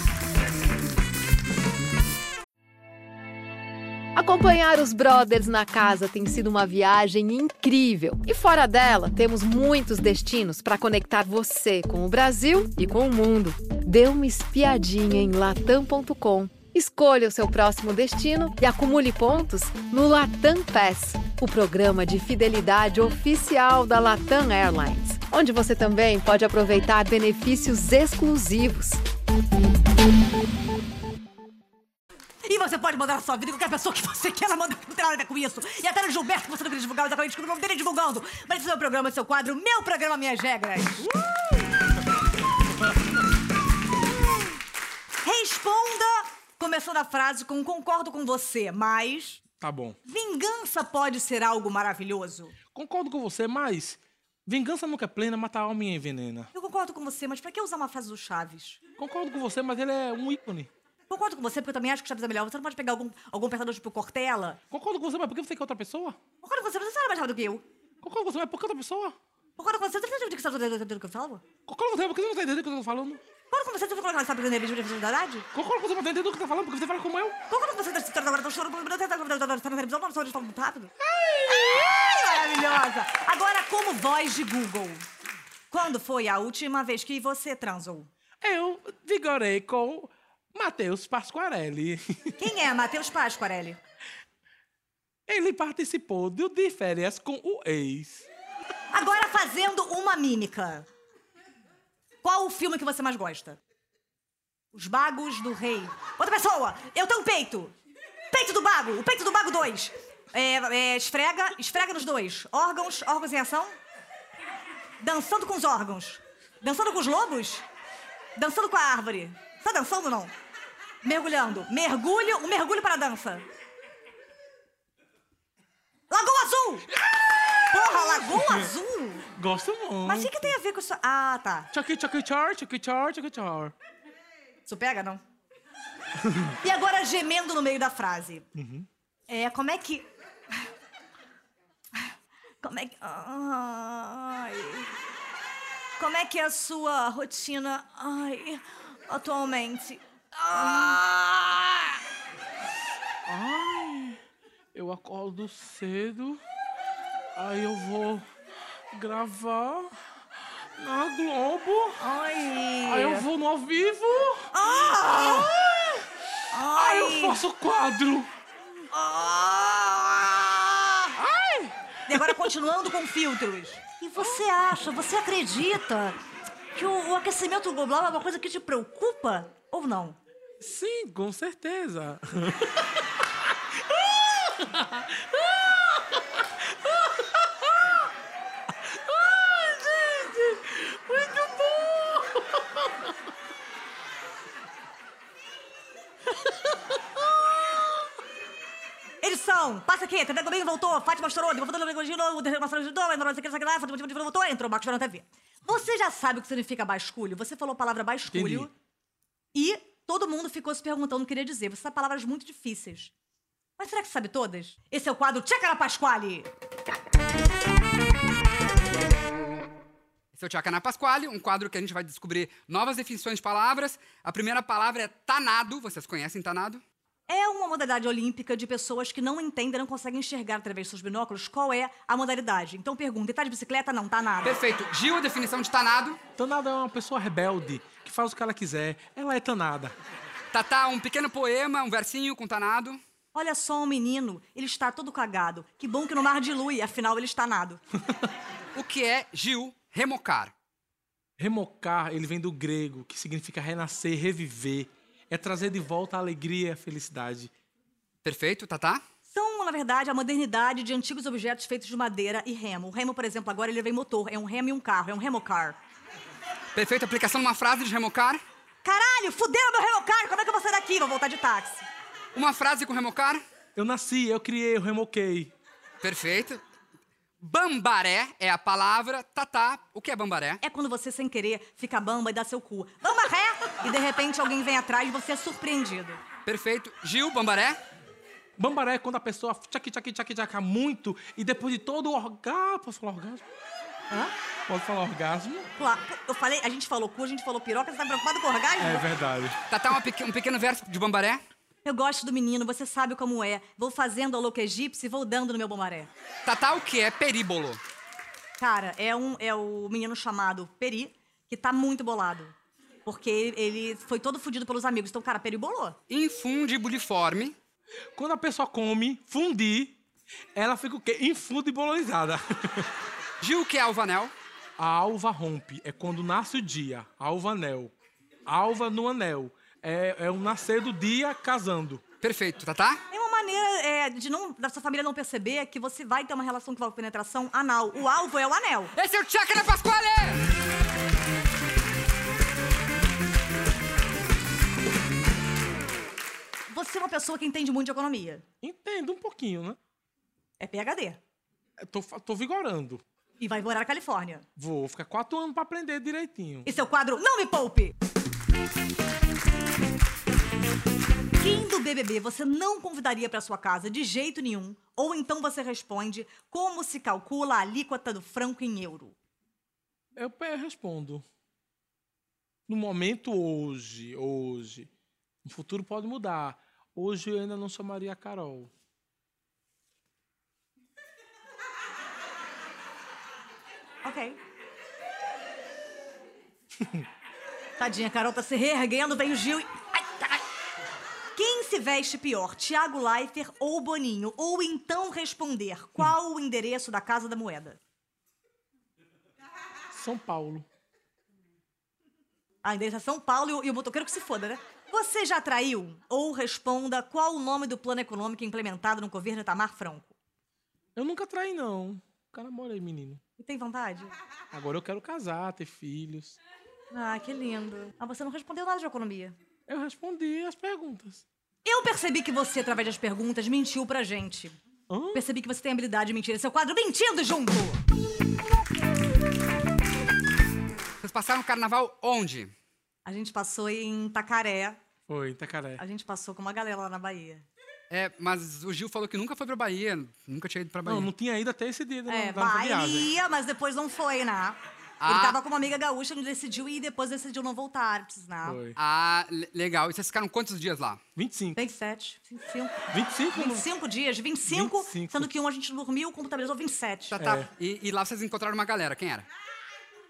Speaker 4: Acompanhar os brothers na casa tem sido uma viagem incrível. E fora dela, temos muitos destinos para conectar você com o Brasil e com o mundo. Dê uma espiadinha em latam.com. Escolha o seu próximo destino e acumule pontos no Latam Pass, o programa de fidelidade oficial da Latam Airlines, onde você também pode aproveitar benefícios exclusivos.
Speaker 2: E você pode mandar a sua vida em qualquer pessoa que você quer, ela manda, não tem nada a ver com isso. E até no Gilberto, que você não queria divulgar, exatamente, que eu não queria divulgando. Mas esse é o meu programa, esse é o quadro, meu programa, minhas regras. Responda, começando a frase com concordo com você, mas
Speaker 3: Tá bom.
Speaker 2: vingança pode ser algo maravilhoso.
Speaker 3: Concordo com você, mas vingança nunca é plena, matar a alma e envenena.
Speaker 2: Eu concordo com você, mas pra que usar uma frase do Chaves?
Speaker 3: Concordo com você, mas ele é um ícone.
Speaker 2: Concordo com você, porque eu também acho que Chaves é melhor. Você não pode pegar algum, algum pensador tipo Cortella?
Speaker 3: Concordo com você, mas por que você quer outra pessoa?
Speaker 2: Concordo com você, mas você era mais rápido que eu.
Speaker 3: Concordo com você, mas por que outra pessoa?
Speaker 2: Concordo com você, você sabe o que você tá entendendo o que eu falo?
Speaker 3: Concordo com você, mas por que você não tá entendendo o que eu tô falando?
Speaker 2: Concordo com você, você falou que ela sabe que eu de verdade?
Speaker 3: Concordo com você, mas não tá entendendo o que eu tô falando, porque você fala como eu.
Speaker 2: Concordo com você, você tá agora, tô chorando, meu Deus, tá na televisão, não, só muito rápido. Ai, maravilhosa! Agora, como voz de Google. Quando foi a última vez que você transou?
Speaker 3: Eu vigorei com Matheus Pasquarelli.
Speaker 2: Quem é Matheus Pasquarelli?
Speaker 3: Ele participou do De Férias com o Ex.
Speaker 2: Agora, fazendo uma mímica. Qual o filme que você mais gosta? Os Bagos do Rei. Outra pessoa! Eu tenho um peito! Peito do Bago! O peito do Bago 2! É, é, esfrega, esfrega nos dois. Órgãos, órgãos em ação. Dançando com os órgãos. Dançando com os lobos? Dançando com a árvore. Tá dançando ou não? Mergulhando. Mergulho, um mergulho para a dança. Lagoa Azul! Porra, Lagoa Azul?
Speaker 3: Gosto muito.
Speaker 2: Mas o que, que tem a ver com isso? Ah, tá.
Speaker 3: Tchaki, tchaki, tchar, tchaki, tchar, tchaki, tchar.
Speaker 2: Isso pega, não? e agora gemendo no meio da frase. É, como é que. Como é que. Ai. Como é que é a sua rotina ai, atualmente? Ah!
Speaker 3: Ai, eu acordo cedo, aí eu vou gravar na Globo, aí eu
Speaker 2: Ai!
Speaker 3: vou no ao vivo,
Speaker 2: Ah!
Speaker 3: aí eu faço quadro.
Speaker 2: Ah!
Speaker 3: Ai,
Speaker 2: E agora continuando com filtros. E você acha, você acredita que o, o aquecimento global é uma coisa que te preocupa ou não?
Speaker 3: sim, com certeza.
Speaker 2: Eles são, passa aqui, Tadeu Domingo voltou, Fátima estourou, voltou Domingo de novo, Derrama Massaro de novo, Entrou Naquele Sagrado, Fátima de novo voltou, entrou Marcos Verão TV. Você já sabe o que significa basculho? Você falou a palavra basculho
Speaker 3: Entendi.
Speaker 2: e todo mundo ficou se perguntando o que queria dizer. Você sabe palavras muito difíceis. Mas será que você sabe todas? Esse é o quadro Tchekara Pasquale.
Speaker 5: Esse é o Tchacana Pasquale, um quadro que a gente vai descobrir novas definições de palavras. A primeira palavra é tanado. Vocês conhecem tanado?
Speaker 2: É uma modalidade olímpica de pessoas que não entendem, não conseguem enxergar através de seus binóculos qual é a modalidade. Então pergunta, tá de bicicleta? Não, tá nada.
Speaker 5: Perfeito. Gil, a definição de tanado.
Speaker 3: Tanada é uma pessoa rebelde, que faz o que ela quiser. Ela é Tanada.
Speaker 5: Tatá, um pequeno poema, um versinho com tanado.
Speaker 2: Olha só um menino, ele está todo cagado. Que bom que no mar dilui, afinal ele está nado.
Speaker 5: O que é Gil? Remocar.
Speaker 3: Remocar, ele vem do grego, que significa renascer, reviver. É trazer de volta a alegria e a felicidade.
Speaker 5: Perfeito, Tatá?
Speaker 2: São, na verdade, a modernidade de antigos objetos feitos de madeira e remo. O remo, por exemplo, agora ele vem motor, é um remo e um carro, é um remocar.
Speaker 5: Perfeito, aplicação de uma frase de remocar.
Speaker 2: Caralho, fudeu meu remocar, como é que eu vou sair daqui? Vou voltar de táxi.
Speaker 5: Uma frase com remocar.
Speaker 3: Eu nasci, eu criei, eu remoquei.
Speaker 5: Perfeito. Bambaré é a palavra. Tatá, o que é bambaré?
Speaker 2: É quando você, sem querer, fica bamba e dá seu cu. Bamba ré! E de repente alguém vem atrás e você é surpreendido.
Speaker 5: Perfeito. Gil, bambaré.
Speaker 3: Bambaré é quando a pessoa tchaki, tchaki, tchaki, tchaca muito e depois de todo o orgasmo. Posso falar orgasmo? Posso falar orgasmo?
Speaker 2: Claro, eu falei, a gente falou cu, a gente falou piroca, você tá preocupado com orgasmo?
Speaker 3: É verdade.
Speaker 5: Tatá, uma pequ- um pequeno verso de Bambaré.
Speaker 2: Eu gosto do menino, você sabe como é. Vou fazendo a louca egípcia e vou dando no meu bombaré.
Speaker 5: Tatá, o que é períbolo?
Speaker 2: Cara, é, um, é o menino chamado Peri, que tá muito bolado. Porque ele, ele foi todo fudido pelos amigos. Então, cara, Peri bolou.
Speaker 5: Infundibuliforme.
Speaker 3: Quando a pessoa come fundi, ela fica o quê? Infundibolizada.
Speaker 5: Gil, o que é alvanel?
Speaker 3: A alva rompe, é quando nasce o dia. Alva anel. Alva no anel. É, é o nascer do dia casando.
Speaker 5: Perfeito, Tatá.
Speaker 2: É uma maneira é, de não, da sua família não perceber que você vai ter uma relação que envolve penetração anal. O alvo é o anel.
Speaker 5: Esse é o Tchacra Pasquale!
Speaker 2: Você é uma pessoa que entende muito de economia.
Speaker 3: Entendo um pouquinho, né?
Speaker 2: É PHD.
Speaker 3: Eu tô, fa- tô vigorando.
Speaker 2: E vai morar na Califórnia.
Speaker 3: Vou ficar quatro anos pra aprender direitinho.
Speaker 2: E seu quadro Não Me Poupe! Quem do BBB você não convidaria pra sua casa de jeito nenhum? Ou então você responde como se calcula a alíquota do franco em euro?
Speaker 3: Eu pe- respondo. No momento hoje, hoje. No futuro pode mudar. Hoje eu ainda não chamaria a Carol.
Speaker 2: Ok. Tadinha, Carol tá se reerguendo, vem o Gil e... Ai, ai. Quem se veste pior, Tiago Leifert ou Boninho? Ou então responder qual o endereço da Casa da Moeda?
Speaker 3: São Paulo.
Speaker 2: A endereça é São Paulo e o- e o motoqueiro que se foda, né? Você já traiu? Ou responda qual o nome do plano econômico implementado no governo Itamar Franco?
Speaker 3: Eu nunca traí, não. O cara mora aí, menino.
Speaker 2: E tem vontade?
Speaker 3: Agora eu quero casar, ter filhos.
Speaker 2: Ah, que lindo. Ah, você não respondeu nada de economia.
Speaker 3: Eu respondi as perguntas.
Speaker 2: Eu percebi que você, através das perguntas, mentiu pra gente.
Speaker 3: Hã?
Speaker 2: Percebi que você tem habilidade de mentir. Esse é o quadro Mentindo Junto!
Speaker 5: Vocês passaram o carnaval onde?
Speaker 2: A gente passou em Tacaré.
Speaker 3: Foi, Itacaré.
Speaker 2: A gente passou com uma galera lá na Bahia.
Speaker 5: É, mas o Gil falou que nunca foi pra Bahia, nunca tinha ido pra Bahia.
Speaker 3: Não, não tinha ido até esse dia da,
Speaker 2: É,
Speaker 3: da nossa
Speaker 2: vai, ele
Speaker 3: viagem.
Speaker 2: ia, mas depois não foi, né? Ele
Speaker 5: Ah.
Speaker 2: tava com uma amiga gaúcha, ele decidiu ir e depois decidiu não voltar, né?
Speaker 3: Foi.
Speaker 5: Ah, le- legal. E vocês ficaram quantos dias lá?
Speaker 3: 25.
Speaker 2: 27, 25,
Speaker 3: 25?
Speaker 2: 25 dias, 25,
Speaker 3: 25.
Speaker 2: sendo que um a gente dormiu, contabilizou 27.
Speaker 5: Tá, tá.
Speaker 3: É.
Speaker 5: E, e lá vocês encontraram uma galera. Quem era?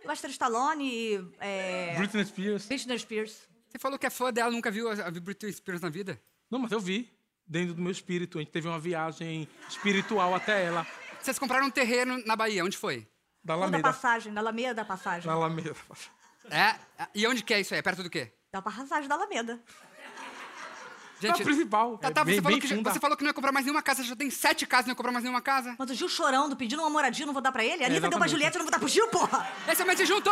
Speaker 2: Lester Stallone, é,
Speaker 3: Britney Spears.
Speaker 2: Britney Spears.
Speaker 5: Você falou que é fã dela, nunca viu a a Britney Spears na vida?
Speaker 3: Não, mas eu vi. Dentro do meu espírito. A gente teve uma viagem espiritual até ela.
Speaker 5: Vocês compraram um terreno na Bahia, onde foi?
Speaker 3: Da
Speaker 2: Ou da
Speaker 3: Alameda.
Speaker 2: passagem, da Alameda da passagem.
Speaker 3: Da Alameda.
Speaker 5: É? E onde que é isso aí? É perto do quê?
Speaker 2: Da passagem da Alameda.
Speaker 3: Da principal.
Speaker 5: Tatá,
Speaker 3: É
Speaker 5: Tá, você,
Speaker 3: bem-
Speaker 5: falou
Speaker 3: bem
Speaker 5: que já-
Speaker 3: funda.
Speaker 5: você falou que não ia comprar mais nenhuma casa, já tem sete casas, não ia comprar mais nenhuma casa.
Speaker 2: Mas o Gil chorando, pedindo uma moradia, eu não vou dar pra ele? A Anitta deu pra
Speaker 3: É, exatamente.
Speaker 2: Juliette, eu não vou dar pro Gil, porra!
Speaker 5: Esse é o Mente Junto!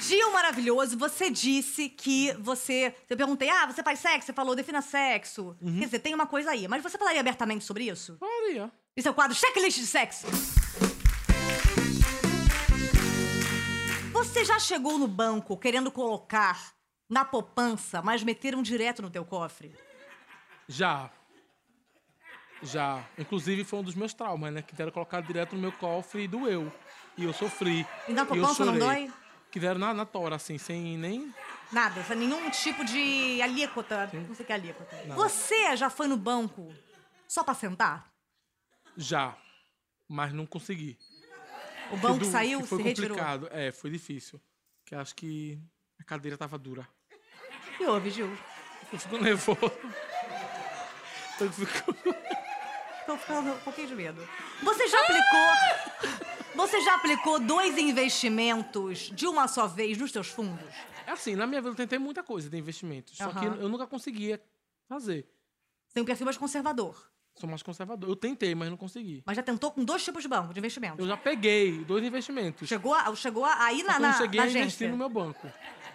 Speaker 2: Gil maravilhoso, você disse que você. Eu perguntei, ah, você faz sexo? Você falou, defina sexo.
Speaker 3: Uhum.
Speaker 2: Quer dizer, tem uma coisa aí. Mas você falaria abertamente sobre isso?
Speaker 3: Olha.
Speaker 2: Esse é o quadro Checklist de Sexo. Você já chegou no banco querendo colocar na poupança, mas meteram direto no teu cofre?
Speaker 3: Já. Já. Inclusive foi um dos meus traumas, né? Quiseram colocar direto no meu cofre e doeu. E eu sofri.
Speaker 2: E na
Speaker 3: eu
Speaker 2: poupança não
Speaker 3: chorei.
Speaker 2: dói?
Speaker 3: Quiseram na, na tora, assim, sem nem.
Speaker 2: Nada, sem nenhum tipo de alíquota. Não sei o que é alíquota. Você já foi no banco só pra sentar?
Speaker 3: Já. Mas não consegui.
Speaker 2: O banco
Speaker 3: Que du-
Speaker 2: saiu,
Speaker 3: que
Speaker 2: se
Speaker 3: foi
Speaker 2: retirou.
Speaker 3: complicado. É, foi difícil. Porque acho que a cadeira tava dura.
Speaker 2: E houve, Gil?
Speaker 3: Eu fico nervoso. Eu fico...
Speaker 2: Tô ficando um pouquinho de medo. Você já aplicou. Você já aplicou dois investimentos de uma só vez nos teus fundos?
Speaker 3: É assim, na minha vida eu tentei muita coisa de investimento. Só que
Speaker 2: Aham.
Speaker 3: eu nunca conseguia fazer.
Speaker 2: Tem um perfil mais conservador.
Speaker 3: Sou mais conservador. Eu tentei, mas não consegui.
Speaker 2: Mas já tentou com dois tipos de banco de investimento.
Speaker 3: Eu já peguei dois investimentos.
Speaker 2: Chegou, a, chegou a, aí na,
Speaker 3: Quando
Speaker 2: na,
Speaker 3: eu cheguei
Speaker 2: na
Speaker 3: a investir
Speaker 2: agência.
Speaker 3: no meu banco.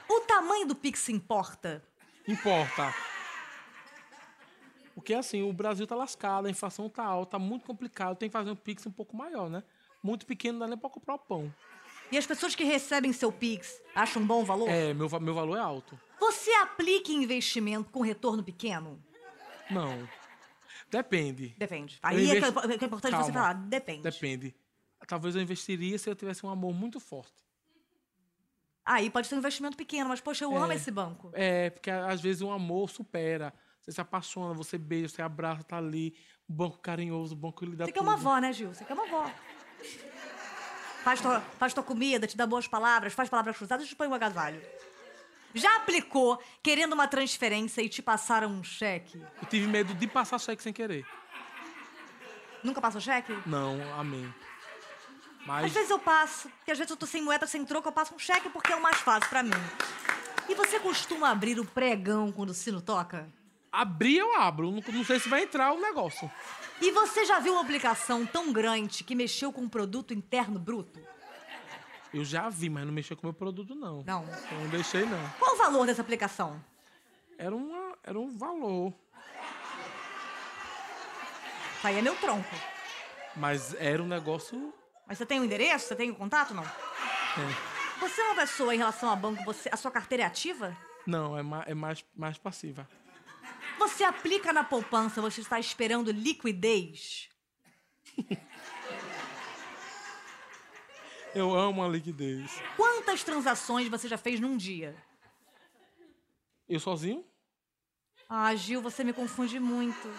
Speaker 2: O tamanho do Pix importa?
Speaker 3: Importa. Porque assim, o Brasil tá lascado, a inflação tá alta, tá muito complicado, tem que fazer um Pix um pouco maior, né? Muito pequeno não dá nem pra comprar o pão.
Speaker 2: e as pessoas que recebem seu Pix acham um bom valor,
Speaker 3: É, meu, va- meu valor é alto.
Speaker 2: você aplica em investimento com retorno pequeno?
Speaker 3: Não. Depende.
Speaker 2: Depende.
Speaker 3: Eu
Speaker 2: Aí é que é,
Speaker 3: investi-
Speaker 2: que é importante você
Speaker 3: Calma.
Speaker 2: falar, depende.
Speaker 3: Depende. Talvez eu investiria se eu tivesse um amor muito forte.
Speaker 2: Aí pode ser um investimento pequeno, mas poxa, eu amo
Speaker 3: É.
Speaker 2: esse banco.
Speaker 3: É, porque a- às vezes o amor supera. Você se apaixona, você beija, você abraça, tá ali. O banco carinhoso, o banco que lhe dá
Speaker 2: Você quer uma
Speaker 3: tudo.
Speaker 2: avó, né, Gil? Você quer uma avó. Faz tua, faz tua comida, te dá boas palavras, faz palavras cruzadas e te põe um agasalho. Já aplicou querendo uma transferência e te passaram um cheque?
Speaker 3: Eu tive medo de passar cheque sem querer.
Speaker 2: Nunca passou cheque?
Speaker 3: Não, amém.
Speaker 2: Às
Speaker 3: Mas
Speaker 2: vezes eu passo, porque às vezes eu tô sem moeda, sem troco, eu passo um cheque porque é o mais fácil pra mim. E você costuma abrir o pregão quando o sino toca?
Speaker 3: abrir eu abro. Não, não sei se vai entrar o negócio.
Speaker 2: E você já viu uma aplicação tão grande que mexeu com o produto interno bruto?
Speaker 3: Eu já vi, mas não mexeu com o meu produto, não.
Speaker 2: Não.
Speaker 3: Eu não deixei, não.
Speaker 2: Qual o valor dessa aplicação?
Speaker 3: Era, uma, era um valor.
Speaker 2: Isso Aí é meu tronco.
Speaker 3: Mas era um negócio.
Speaker 2: Mas você tem o endereço? Você tem o contato? Não.
Speaker 3: é.
Speaker 2: Você é uma pessoa em relação a banco, você, a sua carteira é ativa?
Speaker 3: Não, é, ma, é mais, mais passiva.
Speaker 2: Você aplica na poupança, você está esperando liquidez?
Speaker 3: Eu amo a liquidez.
Speaker 2: Quantas transações você já fez num dia?
Speaker 3: Eu sozinho?
Speaker 2: Ah, Gil, você me confunde muito.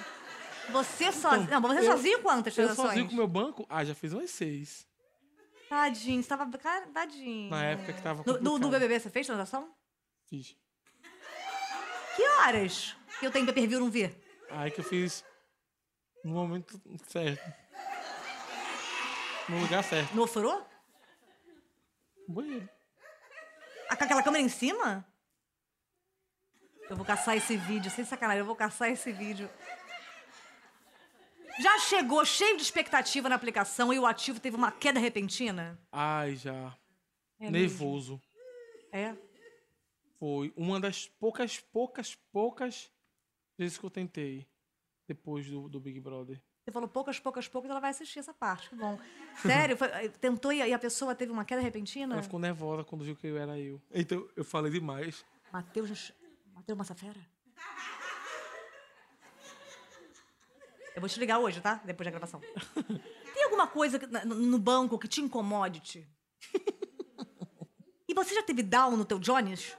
Speaker 2: Você sozinho.
Speaker 3: Então,
Speaker 2: Não, você um?
Speaker 3: eu-
Speaker 2: sozinho quantas
Speaker 3: Eu
Speaker 2: transações?
Speaker 3: sozinho com o meu banco? Ah, já fiz umas seis.
Speaker 2: Tadinho, você tava. Cara, tadinho.
Speaker 3: Na época que tava.
Speaker 2: No, no, no
Speaker 3: complicado.
Speaker 2: BBB você fez transação?
Speaker 3: Fiz.
Speaker 2: Que horas? Que eu tenho pay per view não vi.
Speaker 3: Aí que eu fiz no momento certo. No lugar certo.
Speaker 2: No ofurô?
Speaker 3: No Banheiro.
Speaker 2: Ah, Com aquela câmera em cima? Eu vou caçar esse vídeo, sem sacanagem, eu vou caçar esse vídeo. Já chegou cheio de expectativa na aplicação e o ativo teve uma queda repentina?
Speaker 3: Ai, já.
Speaker 2: É
Speaker 3: Nervoso.
Speaker 2: É?
Speaker 3: Foi uma das poucas, poucas, poucas vezes que eu tentei depois do, do Big Brother.
Speaker 2: Você falou poucas, poucas, poucas, ela vai assistir essa parte, que bom. Sério? Foi- eh, tentou e a- e a pessoa teve uma queda repentina?
Speaker 3: Ela ficou nervosa quando viu que eu era eu. Então eu falei demais.
Speaker 2: Matheus. Matheus Massafera? Eu vou te ligar hoje, tá? Depois da gravação. Tem alguma coisa que- na- no, no banco que te incomode? -te? E você já teve down no teu Jones?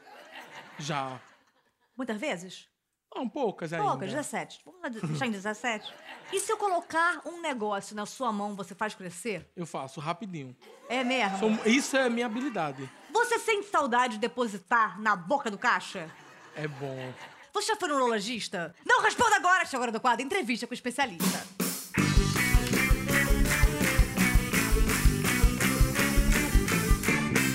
Speaker 3: Já.
Speaker 2: Muitas vezes?
Speaker 3: Não, poucas ainda.
Speaker 2: Poucas, 17. Vamos lá, deixar em 17. E se eu colocar um negócio na sua mão, você faz crescer?
Speaker 3: Eu faço rapidinho.
Speaker 2: É mesmo?
Speaker 3: Sou- isso é minha habilidade.
Speaker 2: Você sente saudade de depositar na boca do caixa?
Speaker 3: É bom.
Speaker 2: Você já foi neurologista? Não responda agora, chegou a hora do quadro Entrevista com o Especialista.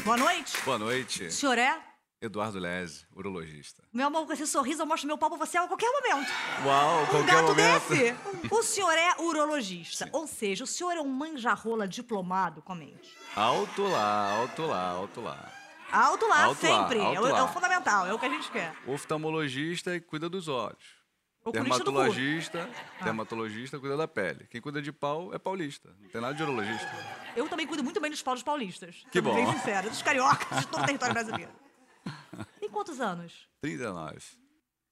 Speaker 2: Boa noite.
Speaker 6: Boa noite,
Speaker 2: O senhor é?
Speaker 6: Eduardo Lese, urologista.
Speaker 2: Meu amor, com esse sorriso eu mostro meu pau pra você a qualquer momento.
Speaker 6: Uau,
Speaker 2: um gato desse. O senhor é urologista, ou seja, o senhor é um manjarrola diplomado, comente.
Speaker 6: Alto lá, alto lá, alto lá.
Speaker 2: Alto lá,
Speaker 6: Alto lá,
Speaker 2: sempre.
Speaker 6: alto
Speaker 2: é, o, é o
Speaker 6: lá.
Speaker 2: fundamental, é o que a gente quer.
Speaker 6: Oftalmologista cuida dos olhos.
Speaker 2: Oculista do cu. Ah.
Speaker 6: Dermatologista, dermatologista cuida da pele. Quem cuida de pau é paulista. Não tem nada de urologista.
Speaker 2: Eu também cuido muito bem dos paus paulistas.
Speaker 6: Que
Speaker 2: sendo Bem
Speaker 6: bom.
Speaker 2: sincera, dos cariocas de todo o território brasileiro. Tem quantos anos?
Speaker 6: 39.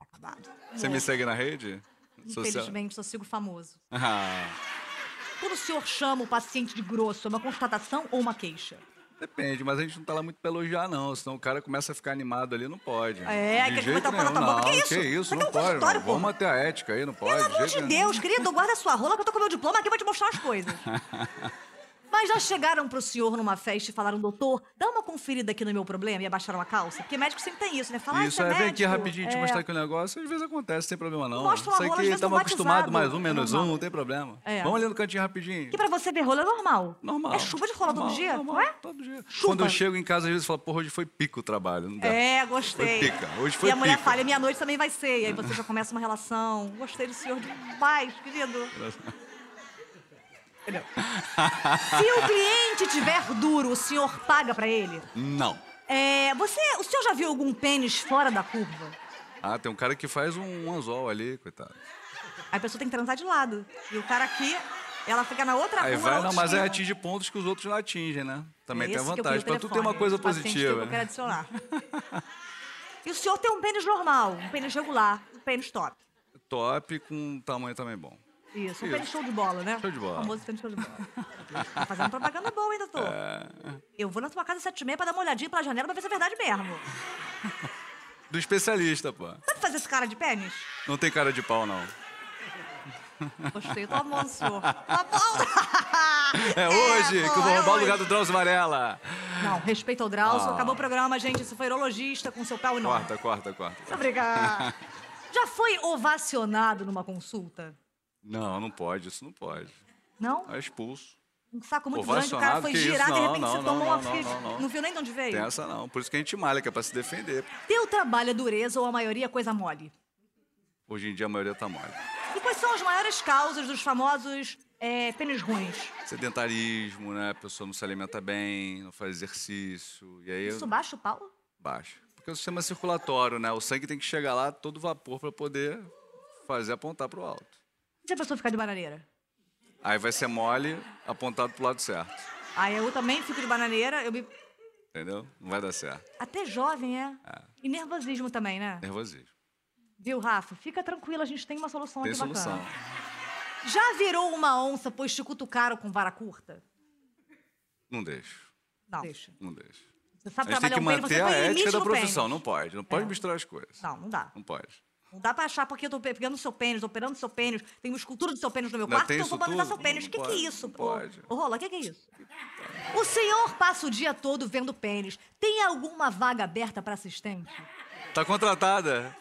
Speaker 2: Acabado.
Speaker 6: Você me segue na rede? Social?
Speaker 2: É. Infelizmente, só sigo famoso.
Speaker 6: Ah,
Speaker 2: Quando o senhor chama o paciente de grosso, é uma constatação ou uma queixa?
Speaker 6: depende, mas a gente não tá lá muito pra elogiar, não. Senão o cara começa a ficar animado ali, não pode.
Speaker 2: É,
Speaker 6: de
Speaker 2: que a gente
Speaker 6: jeito
Speaker 2: botar a bola
Speaker 6: nenhum,
Speaker 2: na boca.
Speaker 6: não.
Speaker 2: Que isso? Isso aqui é
Speaker 6: não
Speaker 2: um
Speaker 6: pode.
Speaker 2: consultório,
Speaker 6: mano.
Speaker 2: porra.
Speaker 6: Vamos manter a ética aí, não pode.
Speaker 2: Pelo amor
Speaker 6: jeito
Speaker 2: de
Speaker 6: nenhum.
Speaker 2: Deus, querido, guarda sua rola que eu tô com meu diploma que eu vou te mostrar as coisas. Mas já chegaram pro senhor numa festa e falaram, doutor, dá uma conferida aqui no meu problema e abaixaram a calça? Porque médico sempre tem isso, né? Fala, ah,
Speaker 6: Isso,
Speaker 2: você
Speaker 6: é, vem aqui
Speaker 2: médico.
Speaker 6: rapidinho te
Speaker 2: É.
Speaker 6: mostrar aqui o negócio. Às vezes acontece, sem problema não.
Speaker 2: Mostra uma
Speaker 6: Isso
Speaker 2: rola, às
Speaker 6: aqui
Speaker 2: vezes
Speaker 6: estamos
Speaker 2: não
Speaker 6: acostumados,
Speaker 2: batizado,
Speaker 6: mais um,
Speaker 2: é
Speaker 6: menos
Speaker 2: normal.
Speaker 6: um, não tem problema.
Speaker 2: É.
Speaker 6: Vamos ali no cantinho rapidinho.
Speaker 2: Que pra você ver rola é normal.
Speaker 6: Normal.
Speaker 2: É chuva de rola
Speaker 6: normal,
Speaker 2: todo dia,
Speaker 6: normal, Tá
Speaker 2: não é?
Speaker 6: Todo dia.
Speaker 2: Chuva.
Speaker 6: Quando eu chego em casa, às vezes eu falo, porra, hoje foi pico o trabalho, não dá.
Speaker 2: É, gostei.
Speaker 6: Foi pica, hoje foi
Speaker 2: E a mulher
Speaker 6: pica.
Speaker 2: fala, e minha noite também vai ser. E aí você já começa uma relação. Gostei do senhor demais, querido. Entendeu? Se o cliente tiver duro, o senhor paga pra ele?
Speaker 6: Não.
Speaker 2: É, você, o senhor já viu algum pênis fora da curva?
Speaker 6: Ah, tem um cara que faz um anzol ali, coitado.
Speaker 2: Aí A pessoa tem que transar de lado. E o cara aqui, Ela fica na outra
Speaker 6: Aí
Speaker 2: rua.
Speaker 6: vai,
Speaker 2: na
Speaker 6: não, mas aí
Speaker 2: esquina.
Speaker 6: atinge pontos que os outros não atingem, né? Também tem a
Speaker 2: Esse que eu
Speaker 6: vantagem.
Speaker 2: vi no
Speaker 6: Pra tu ter uma
Speaker 2: telefone,
Speaker 6: coisa
Speaker 2: esse paciente que
Speaker 6: positiva.
Speaker 2: Eu quero adicionar. e o senhor tem um pênis normal, um pênis regular, um pênis top.
Speaker 6: Top com tamanho também bom.
Speaker 2: Isso, um
Speaker 6: Isso.
Speaker 2: pênis show de bola, né?
Speaker 6: Show de bola.
Speaker 2: O famoso pênis show de bola. tá fazendo propaganda boa, ainda tô.
Speaker 6: É.
Speaker 2: Eu vou na tua casa às sete e meia pra dar uma olhadinha pela janela pra ver se é verdade mesmo.
Speaker 6: Do especialista, pô.
Speaker 2: Sabe fazer esse cara de pênis?
Speaker 6: Não tem cara de pau, não.
Speaker 2: Gostei, tô amando o senhor. Tá bom?
Speaker 6: É hoje
Speaker 2: pô,
Speaker 6: que eu vou
Speaker 2: é
Speaker 6: roubar o
Speaker 2: hoje.
Speaker 6: lugar do Drauzio Varela.
Speaker 2: Não, respeita o Drauzio. Acabou o programa, gente. Isso foi urologista com seu pau enorme.
Speaker 6: Corta, corta, corta.
Speaker 2: Obrigada. Já foi ovacionado numa consulta?
Speaker 6: Não, não pode, isso não pode.
Speaker 2: Não?
Speaker 6: É expulso.
Speaker 2: Um saco muito grande, o cara
Speaker 6: Ovacionado?
Speaker 2: foi
Speaker 6: Que isso?
Speaker 2: girar, de
Speaker 6: Não,
Speaker 2: repente
Speaker 6: não,
Speaker 2: você
Speaker 6: não,
Speaker 2: tomou uma
Speaker 6: não, não,
Speaker 2: ficha.
Speaker 6: não, não.
Speaker 2: viu nem de onde veio?
Speaker 6: Tem essa não. Por isso que a gente malha, que é pra se defender.
Speaker 2: Teu trabalho é dureza ou a maioria é coisa mole?
Speaker 6: Hoje em dia a maioria tá mole.
Speaker 2: E quais são as maiores causas dos famosos é, pênis ruins?
Speaker 6: Sedentarismo, né? A pessoa não se alimenta bem, não faz exercício. E aí
Speaker 2: Isso baixa o pau?
Speaker 6: baixa. Porque é o sistema circulatório, né? O sangue tem que chegar lá todo vapor pra poder fazer apontar pro alto.
Speaker 2: E se a pessoa ficar de bananeira?
Speaker 6: Aí vai ser mole, apontado pro lado certo.
Speaker 2: Ah, eu também fico de bananeira, eu me...
Speaker 6: Entendeu? Não vai dar certo.
Speaker 2: Até jovem, é?
Speaker 6: Ah.
Speaker 2: E nervosismo também, né?
Speaker 6: Nervosismo.
Speaker 2: Viu, Rafa? Fica tranquila, a gente tem uma solução
Speaker 6: Tem
Speaker 2: aqui
Speaker 6: solução.
Speaker 2: bacana. Já virou uma onça, pois te cutucaram com vara curta?
Speaker 6: Não deixo.
Speaker 2: Não. Deixa.
Speaker 6: Não deixo.
Speaker 2: Você
Speaker 6: A
Speaker 2: sabe
Speaker 6: gente tem
Speaker 2: trabalhar
Speaker 6: que
Speaker 2: o pênis, Tá você
Speaker 6: manter a
Speaker 2: põe
Speaker 6: ética
Speaker 2: limite
Speaker 6: da
Speaker 2: no pênis.
Speaker 6: profissão. Não pode. Não pode
Speaker 2: É.
Speaker 6: misturar as coisas.
Speaker 2: Não, não dá.
Speaker 6: Não pode.
Speaker 2: Não dá pra achar porque eu tô pe- pegando seu pênis, tô operando seu pênis, tem uma escultura do seu pênis no meu
Speaker 6: Ainda
Speaker 2: quarto,
Speaker 6: tem
Speaker 2: então eu vou
Speaker 6: isso
Speaker 2: banalizar
Speaker 6: tudo?
Speaker 2: seu pênis. O
Speaker 6: Não
Speaker 2: que, que é
Speaker 6: pode,
Speaker 2: isso?
Speaker 6: não pode.
Speaker 2: Ô, ô, Rola, o que, que é isso? O senhor passa o dia todo vendo pênis. Tem alguma vaga aberta pra assistente?
Speaker 6: Tá contratada?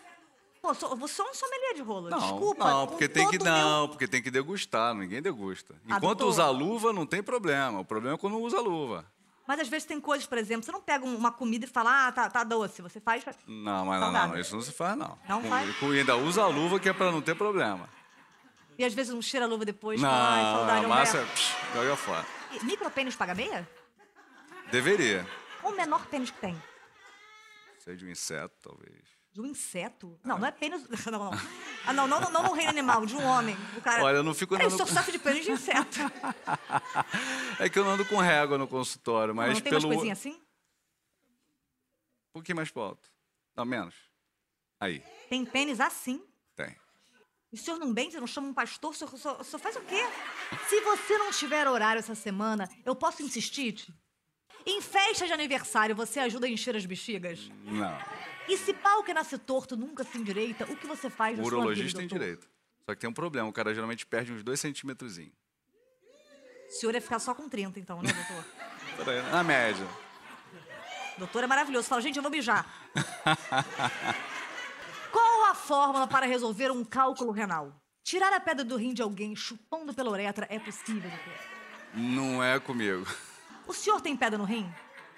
Speaker 2: Pô, sou, você é um sommelier de rola.
Speaker 6: Não,
Speaker 2: Desculpa.
Speaker 6: não,
Speaker 2: com
Speaker 6: porque tem que
Speaker 2: todo o meu-
Speaker 6: não, porque tem que degustar, ninguém degusta.
Speaker 2: Ah,
Speaker 6: Enquanto
Speaker 2: doutor.
Speaker 6: usa luva não tem problema, o problema é quando usa luva.
Speaker 2: Mas às vezes tem coisas, por exemplo, você não pega um- uma comida e fala, ah, tá, tá doce. Você faz.
Speaker 6: Não, mas não, não,
Speaker 2: Saudável.
Speaker 6: não, isso não se faz não.
Speaker 2: Então tá. Não
Speaker 6: Com-
Speaker 2: faz?
Speaker 6: com- ainda usa a luva que é pra não ter problema.
Speaker 2: E às vezes não cheira a luva depois.
Speaker 6: não,
Speaker 2: fala, Ai, saudade, um
Speaker 6: a
Speaker 2: eu
Speaker 6: massa é,
Speaker 2: quero."
Speaker 6: psh, joga fora.
Speaker 2: E Micropênis paga meia?
Speaker 6: Deveria.
Speaker 2: Qual o menor pênis que tem?
Speaker 6: Seja um inseto, talvez.
Speaker 2: De um inseto? Não, não é pênis. Não, não. Ah, não, não, não, não no reino animal, de um homem. O cara.
Speaker 6: Olha, eu não fico
Speaker 2: Peraí, o
Speaker 6: andando
Speaker 2: senhor
Speaker 6: com-
Speaker 2: sofre de pênis de inseto.
Speaker 6: É que eu não ando com régua no consultório, mas
Speaker 2: não tem umas
Speaker 6: pelo.
Speaker 2: coisinhas assim?
Speaker 6: Um pouquinho mais pro alto. Não, menos. Aí,
Speaker 2: Tem pênis assim.
Speaker 6: tem.
Speaker 2: E o senhor não bem, você não chama um pastor, o senhor, o senhor- o senhor faz o quê? Se você não tiver horário essa semana, eu posso insistir? -te? Em festa de aniversário, você ajuda a encher as bexigas?
Speaker 6: Não.
Speaker 2: E se pau que nasce torto nunca se endireita, o que você faz
Speaker 6: O
Speaker 2: na sua vida,
Speaker 6: urologista tem
Speaker 2: doutor?
Speaker 6: direito. Só que tem um problema, o cara geralmente perde uns dois centímetrozinhos.
Speaker 2: O senhor ia ficar só com 30, então, né, doutor?
Speaker 6: Peraí, Na média.
Speaker 2: doutor é maravilhoso. Fala, gente, eu vou mijar. Qual a fórmula para resolver um cálculo renal? Tirar a pedra do rim de alguém chupando pela uretra é possível, doutor?
Speaker 6: Não é comigo.
Speaker 2: O senhor tem pedra no rim?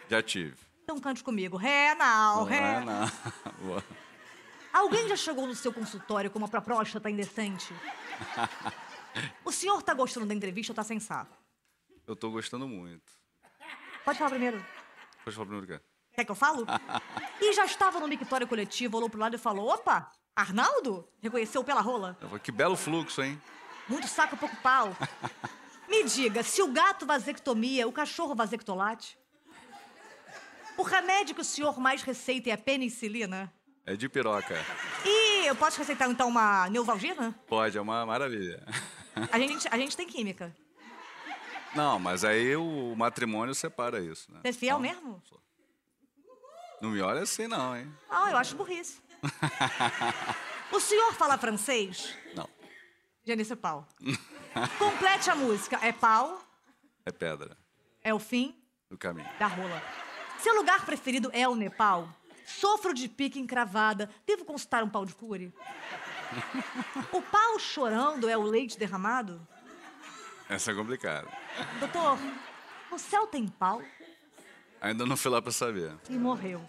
Speaker 6: Já tive.
Speaker 2: Então cante comigo. Renal,
Speaker 6: Não é,
Speaker 2: renal.
Speaker 6: não. Boa.
Speaker 2: Alguém já chegou no seu consultório com uma proposta tá indecente? O senhor tá gostando da entrevista ou tá sem saco?
Speaker 6: Eu tô gostando muito.
Speaker 2: Pode falar primeiro.
Speaker 6: Pode falar primeiro o quê?
Speaker 2: Quer que eu falo? E já estava no mictório coletivo, olhou pro lado e falou: opa, Arnaldo? Reconheceu pela rola?
Speaker 6: Eu falei, Que belo fluxo, hein?
Speaker 2: Muito saco, pouco pau. Me diga, se o gato vasectomia, o cachorro vasectolate? O remédio que o senhor mais receita é a penicilina?
Speaker 6: É de piroca.
Speaker 2: E eu posso receitar então uma neuvalgina?
Speaker 6: Pode, é uma maravilha.
Speaker 2: A gente, a gente tem química.
Speaker 6: Não, mas aí o matrimônio separa isso, né?
Speaker 2: Você é fiel
Speaker 6: Então,
Speaker 2: mesmo?
Speaker 6: Não me olha assim, não, hein?
Speaker 2: Ah, eu acho burrice. o senhor fala francês?
Speaker 6: Não.
Speaker 2: Janice Pau. Complete a música. É pau,
Speaker 6: É pedra
Speaker 2: é o fim
Speaker 6: no caminho.
Speaker 2: da rola. Seu lugar preferido é o Nepal? Sofro de pique encravada. Devo consultar um pau de cure? o pau chorando é o leite derramado?
Speaker 6: Essa é complicada.
Speaker 2: Doutor, o céu tem pau?
Speaker 6: Ainda não fui lá pra saber.
Speaker 2: E morreu.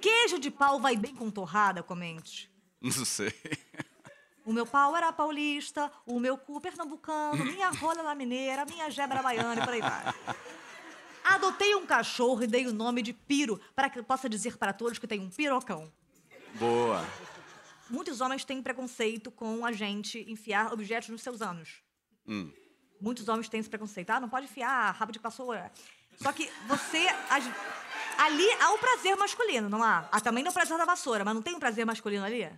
Speaker 2: Queijo de pau vai bem com torrada, comente.
Speaker 6: Não sei.
Speaker 2: O meu pau era paulista, o meu cu pernambucano, minha rola era mineira, minha jebra era baiana e por aí vai. Adotei um cachorro e dei o nome de Piro, para que eu possa dizer para todos que tem um pirocão.
Speaker 6: Boa. Hum.
Speaker 2: Muitos homens têm preconceito com a gente enfiar objetos nos seus anos. Muitos homens têm esse preconceito. Ah, não pode enfiar rabo de vassoura. Só que você. as- ali há o prazer masculino, não há? Há também o prazer da vassoura, mas não tem um prazer masculino ali?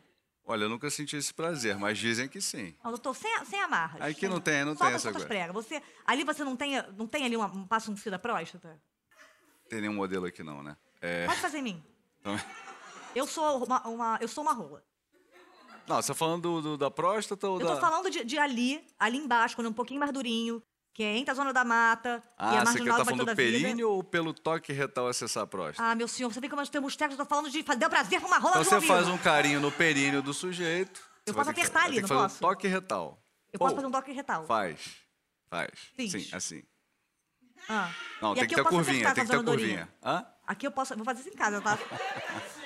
Speaker 6: Olha, eu nunca senti esse prazer, mas dizem que sim.
Speaker 2: Não, doutor, sem, sem amarras.
Speaker 6: Aqui
Speaker 2: Sem-
Speaker 6: não tem, não
Speaker 2: Solta
Speaker 6: tem essa
Speaker 2: solta as
Speaker 6: coisa.
Speaker 2: pregas. Você, ali você não tem, não tem ali uma, um passo um fio da próstata?
Speaker 6: Tem nenhum modelo aqui não, né? É.
Speaker 2: Pode fazer em mim.
Speaker 6: Não, é?
Speaker 2: Eu sou uma, uma- eu sou uma rola.
Speaker 6: não você tá falando do- do- da próstata ou
Speaker 2: Eu
Speaker 6: da.
Speaker 2: tô falando de, de ali, ali embaixo, quando é um pouquinho mais durinho, que é entre a zona da mata é e a
Speaker 6: Ah, você quer
Speaker 2: marginal
Speaker 6: tá
Speaker 2: vai
Speaker 6: falando
Speaker 2: toda
Speaker 6: do
Speaker 2: a vida.
Speaker 6: períneo ou pelo toque retal acessar a próstata?
Speaker 2: Ah, meu senhor, você vê como nós temos técnicos, eu tô falando de fa- dar prazer pra uma rola
Speaker 6: então
Speaker 2: de uma
Speaker 6: você faz
Speaker 2: viva.
Speaker 6: um carinho no períneo do sujeito.
Speaker 2: Eu
Speaker 6: você vai
Speaker 2: posso
Speaker 6: ter que-
Speaker 2: apertar
Speaker 6: vai
Speaker 2: ali,
Speaker 6: ter que
Speaker 2: não
Speaker 6: fazer
Speaker 2: posso?
Speaker 6: Um toque retal.
Speaker 2: Eu posso
Speaker 6: Ou-
Speaker 2: fazer um toque retal.
Speaker 6: Faz. Faz.
Speaker 2: Fiz.
Speaker 6: Sim, assim.
Speaker 2: Ah.
Speaker 6: Não,
Speaker 2: E
Speaker 6: tem
Speaker 2: aqui
Speaker 6: que
Speaker 2: eu
Speaker 6: ter a
Speaker 2: posso
Speaker 6: curvinha,
Speaker 2: acertar
Speaker 6: tem
Speaker 2: com
Speaker 6: que ter
Speaker 2: a
Speaker 6: a
Speaker 2: zona durinha.
Speaker 6: curvinha. Hã?
Speaker 2: Aqui eu posso. Vou fazer isso em casa, tá?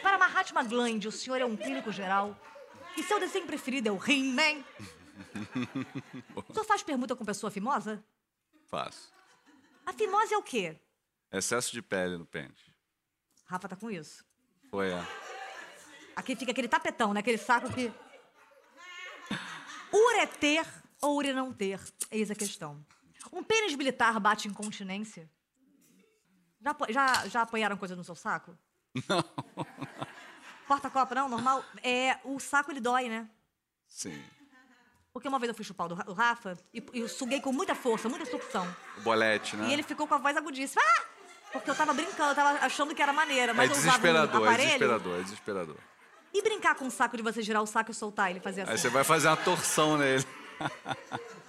Speaker 2: Para Mahatma Gandhi, o senhor é um clínico geral. E seu desenho preferido é o He-Man? O senhor faz permuta com pessoa fimosa?
Speaker 6: Faço.
Speaker 2: A fimose é o quê?
Speaker 6: Excesso de pele no pênis.
Speaker 2: Rafa tá com isso.
Speaker 6: Foi é.
Speaker 2: Aqui fica aquele tapetão, né? Aquele saco que. Ureter ou ure não ter? Eis a questão. Um pênis militar bate incontinência? Já, apo- já, já apanharam coisa no seu saco? Não. Porta-copa, não? Normal? É, o saco ele dói, né?
Speaker 6: Sim.
Speaker 2: Porque uma vez eu fui chupar o do Ra- o Rafa e e eu suguei com muita força, muita sucção.
Speaker 6: O bolete, né?
Speaker 2: E ele ficou com a voz agudíssima. Ah! Porque eu tava brincando, eu tava achando que era maneira.
Speaker 6: É
Speaker 2: Mas eu usava um
Speaker 6: desesperador, é
Speaker 2: aparelho. Tá
Speaker 6: desesperador, é desesperador.
Speaker 2: E brincar com o saco de você girar o saco e soltar ele fazer assim.
Speaker 6: Aí você vai fazer uma torção nele.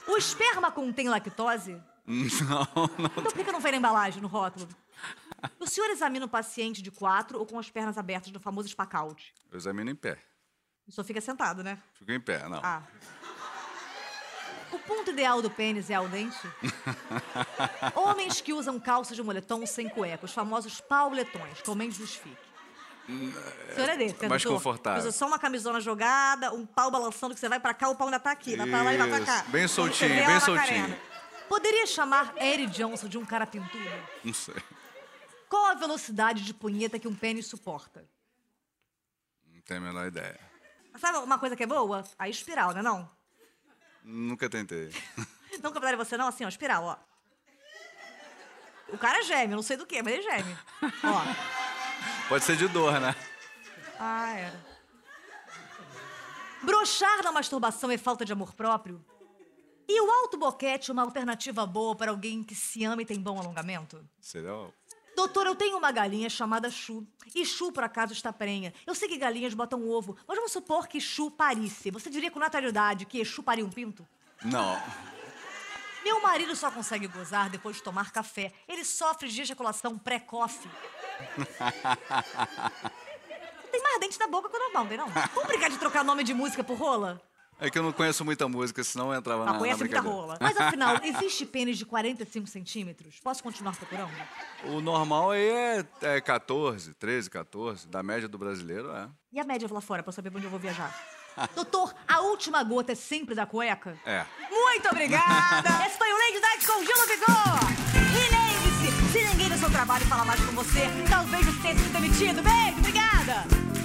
Speaker 2: O esperma contém lactose?
Speaker 6: Não, não.
Speaker 2: Então por que que não vem na embalagem, no rótulo? O senhor examina o paciente de quatro ou com as pernas abertas no famoso espacalte?
Speaker 6: Eu examino em pé.
Speaker 2: O senhor fica sentado, né?
Speaker 6: Fico em pé, não.
Speaker 2: Ah. O ponto ideal do pênis é ao dente? Homens que usam calça de moletom sem cueca, os famosos pauletões, comem justifique. O senhor é desse, né,
Speaker 6: Hum, mais
Speaker 2: doutor?
Speaker 6: confortável.
Speaker 2: Usa só uma camisona jogada, um pau balançando que você vai pra cá, o pau ainda tá aqui, vai pra lá e vai pra cá.
Speaker 6: Isso, bem
Speaker 2: Quando você
Speaker 6: soltinho,
Speaker 2: vê,
Speaker 6: bem
Speaker 2: ela tá
Speaker 6: soltinho.
Speaker 2: carena. Poderia chamar Eric Johnson de um cara pintudo?
Speaker 6: Não sei.
Speaker 2: Qual a velocidade de punheta que um pênis suporta?
Speaker 6: Não tenho a menor ideia.
Speaker 2: Sabe uma coisa que é boa? A espiral, né não?
Speaker 6: Nunca tentei.
Speaker 2: Não compararam você não? Assim, ó, espiral, ó. O cara geme, eu não sei do que, mas ele geme. Ó.
Speaker 6: Pode ser de dor, né?
Speaker 2: Ah, era. Brochar na masturbação é falta de amor próprio? E o alto boquete é uma alternativa boa para alguém que se ama e tem bom alongamento?
Speaker 6: Seria o-
Speaker 2: Doutor, eu tenho uma galinha chamada Chu. E Chu, por acaso, está prenha. Eu sei que galinhas botam ovo, mas vamos supor que Chu parisse. Você diria com naturalidade que Chu pariu um pinto?
Speaker 6: Não.
Speaker 2: Meu marido só consegue gozar depois de tomar café. Ele sofre de ejaculação precoce. tem mais dente na boca que na mão, tem não? Vamos brincar de trocar nome de música por rola?
Speaker 6: É que eu não conheço muita música, senão eu entrava
Speaker 2: Ah,
Speaker 6: na, na
Speaker 2: conhece muita
Speaker 6: brincadeira.
Speaker 2: rola. Mas afinal, existe pênis de 45 centímetros? Posso continuar procurando?
Speaker 6: O normal aí é, é 14, 13, 14. Da média do brasileiro, é.
Speaker 2: E a média lá fora, pra eu saber pra onde eu vou viajar? Doutor, a última gota é sempre da cueca?
Speaker 6: É.
Speaker 2: Muito obrigada! Esse foi o Lady Night com Gil Vigor! E lembre-se, se ninguém do seu trabalho falar mais com você, talvez você tenha sido demitido. Beijo, obrigada!